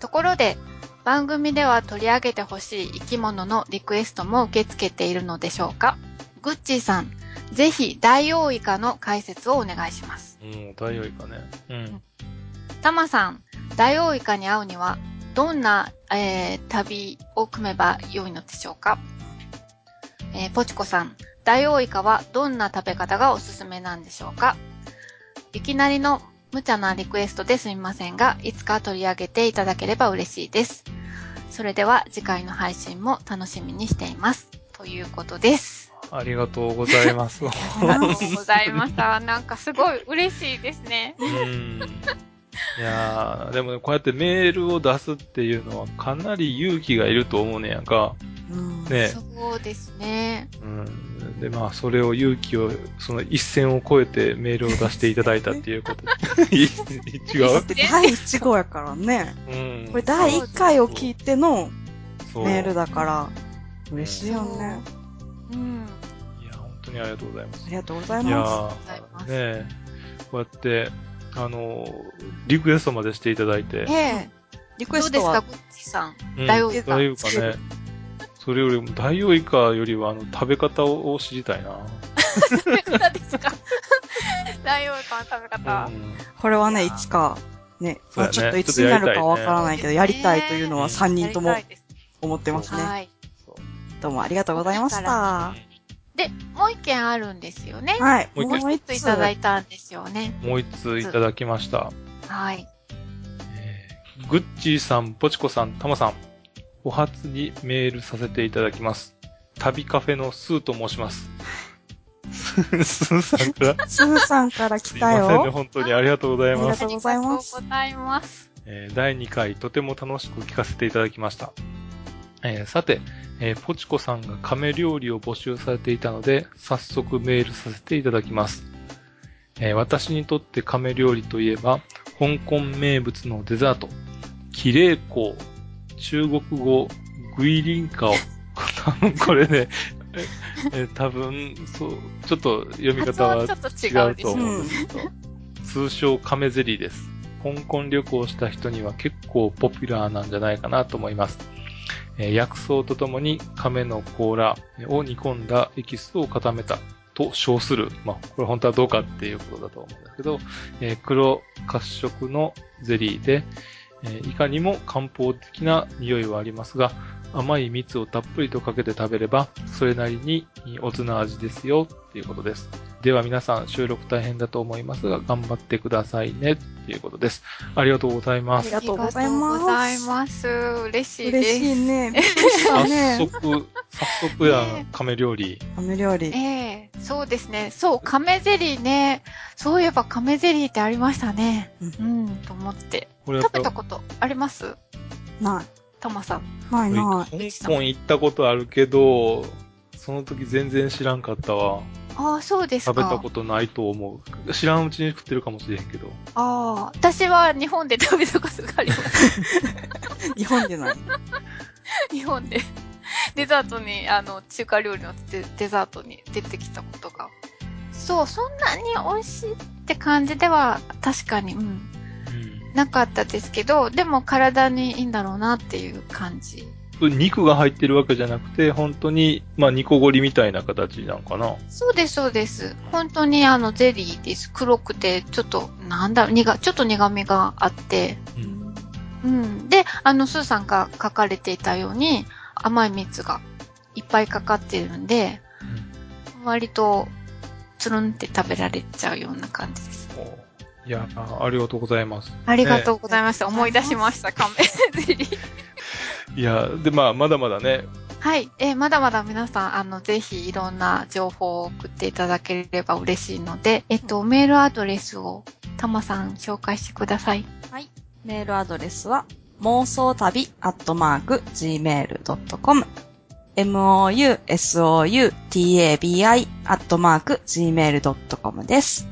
C: ところで、番組では取り上げてほしい生き物のリクエストも受け付けているのでしょうかグッチーさん、ぜひ、ダイオウイカの解説をお願いします。
B: うん、太陽イカね。うん。
C: タマさん、ダイオウイカに会うには、どんな、えー旅を組めば良いのでしょうか、えーポチコさん、ダイオウイカはどんな食べ方がおすすめなんでしょうかいきなりの無茶なリクエストですみませんが、いつか取り上げていただければ嬉しいです。それでは次回の配信も楽しみにしています。ということです。
B: ありがとうございます。
C: ありがとうございました。なんかすごい嬉しいですね。
B: うんいやーでもね、こうやってメールを出すっていうのはかなり勇気がいると思うねんやんか。
A: うん。
B: ね
C: そうですね。
B: うん。で、まあ、それを勇気を、その一線を越えてメールを出していただいたっていうこと。 い違
A: だ
B: う
A: って第1号やからね。
B: うん。
A: これ第1回を聞いての
B: そう
A: メールだから、嬉しいよ
C: そう
A: ね。
C: うん。
B: いや、本当にありがとうございます
A: あ。りがとうござい
B: いや
A: ま
B: ーねえ、こうやって、あのーリクエストまでしていただいて
C: え。え。
A: す。リクエ
C: どう
A: ス
C: で
A: ト
C: すか、
A: は、
C: グッチさん。
B: うん
C: ダイオウイカ
B: ダイオウイカね。それよりも、ダイオウイカよりは、あの、食べ方を知りたいな。
C: 食べ方です か大王さん食べ方。
B: うん
A: これはね、いつか、ね、
B: そ
A: まあ
B: うやね
A: ちょっといつになるかわからないけど、や
C: や
A: り
C: り
A: た
C: た
A: い
C: い
A: と
C: と
A: い
C: いうう
A: の
B: の
A: は
B: は
A: 3
B: 三
A: 人とも
C: やりたいです
A: 思ってますね。
C: はい。
B: そう
A: どうもありがとうございました。
C: で、もう一件あるんですよね。
A: はい。
B: もう一回
A: 一
C: いただ いたんですよね。
B: もう一通いただきました。
C: はい。
B: えーグッチーさん、ポチコさん、タマさん、お初にメールさせていただきます。旅カフェのスーと申します。スーさんから、
A: スーさんから
B: す
A: 来
B: い
A: た
B: ませんね、
A: よ。
B: 本当にありがとうござい
A: あ
B: ま
A: り
B: す。
A: がとうございます
C: ありがとうございます。
B: えー第2回とても楽しく聞かせていただきました。えーさて、えーポチコさんが亀料理を募集されていたので、早速メールさせていただきます。えー私にとって亀料理といえば、香港名物のデザート、キレイ コウ、中国語、グイリンカオ。これね、え多分、そう、ちょっと読み
C: 発
B: 方は
C: 音ちょっと違
B: 違
C: う
B: う
C: で
B: と
C: すね。
B: 思うんですけど、通称カメゼリーです。香港旅行した人には結構ポピュラーなんじゃないかなと思います。えー薬草とともに亀の甲羅を煮込んだエキスを固めたと称する。まあ、これ本当はどうかっていうことだと思うんですけど、えー黒褐色のゼリーで、えーいかにも漢方的な匂いはありますが、甘い蜜をたっぷりとかけて食べれば、それなりにおつな味ですよっていうことです。では皆さん、収録大変だと思いますが、頑張ってくださいねっていうことです。ありがとうございま
A: あり
B: す。
A: がとうございます
C: ありがとうございます。嬉しいで
A: 嬉
C: す。
A: しいね。びっくりした
B: 早
A: ね。
B: 速、早速や
C: ね
B: 亀料理。
A: 亀料理。
C: ええそうですね。そう、亀ゼリーね。そういえば亀ゼリーってありましたね。
A: う
C: うん、と思って。
B: これやっ
C: 食
B: ぱ
C: べたことあります
A: な
C: たまさん。
A: い。ないな
B: 香港行ったことあるけど、その時全然知らんかったわ。
C: ああ、そうですか。
B: 食べたことないと思う。知らんうちに食ってるかもしれへんけど。
C: ああ、私は日本で食べたことがあり ます。
A: い。日本でない。
C: 日本で。デザートに、あの、中華料理のデデザートに出てきたことが。そう、そんなに美味しいって感じでは、確かに、うん、なかったですけど、でも体にいいんだろうなっていう感じ。
B: うん。肉が入ってるわけじゃなくて、本当に、まあ、煮こごりみたいな形なんかな。
C: そうです、そうです。本当にあの、ゼリーです。黒くて、ちょっと、なんだろう、苦、ちょっと苦味があって。
B: うん。
C: うん。で、あの、スーさんが書かれていたように、甘い蜜がいっぱいかかってるんで、割と、つるんって食べられちゃうような感じです。
B: おいやあ、ありがとうございます。
C: ありがとうございました。
A: ね
C: 思い出しました、カメゼリー。
B: いや、で、まあ、まだまだね、
C: はい。えーまだまだ皆さん、あの、ぜひいろんな情報を送っていただければ嬉しいので、えっと、メールアドレスを、たまさん紹介してください。
A: メールアドレスは、妄想旅アットマーク gmail.com mousoutabi アットマーク gmail.com です。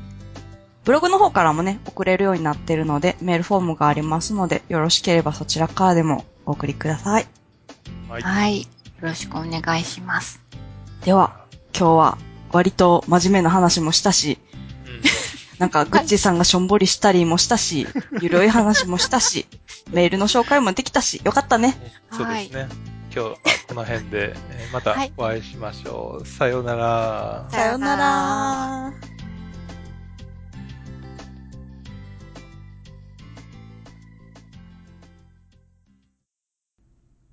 A: ブログの方からもね、送れるようになっているので、メールフォームがありますので、よろしければそちらからでもお送りください。
B: はい。
C: はい。よろしくお願いします。
A: では、今日は割と真面目な話もしたし、なんか、グッチーさんがしょんぼりしたりもしたし、ゆるい話もしたし、メールの紹介もできたし、よかったね。
B: うん、そうですね。今日はこの辺で、えーまた
C: はい
B: お会いしましょう。さようなら。
C: さような
A: ら。
C: ら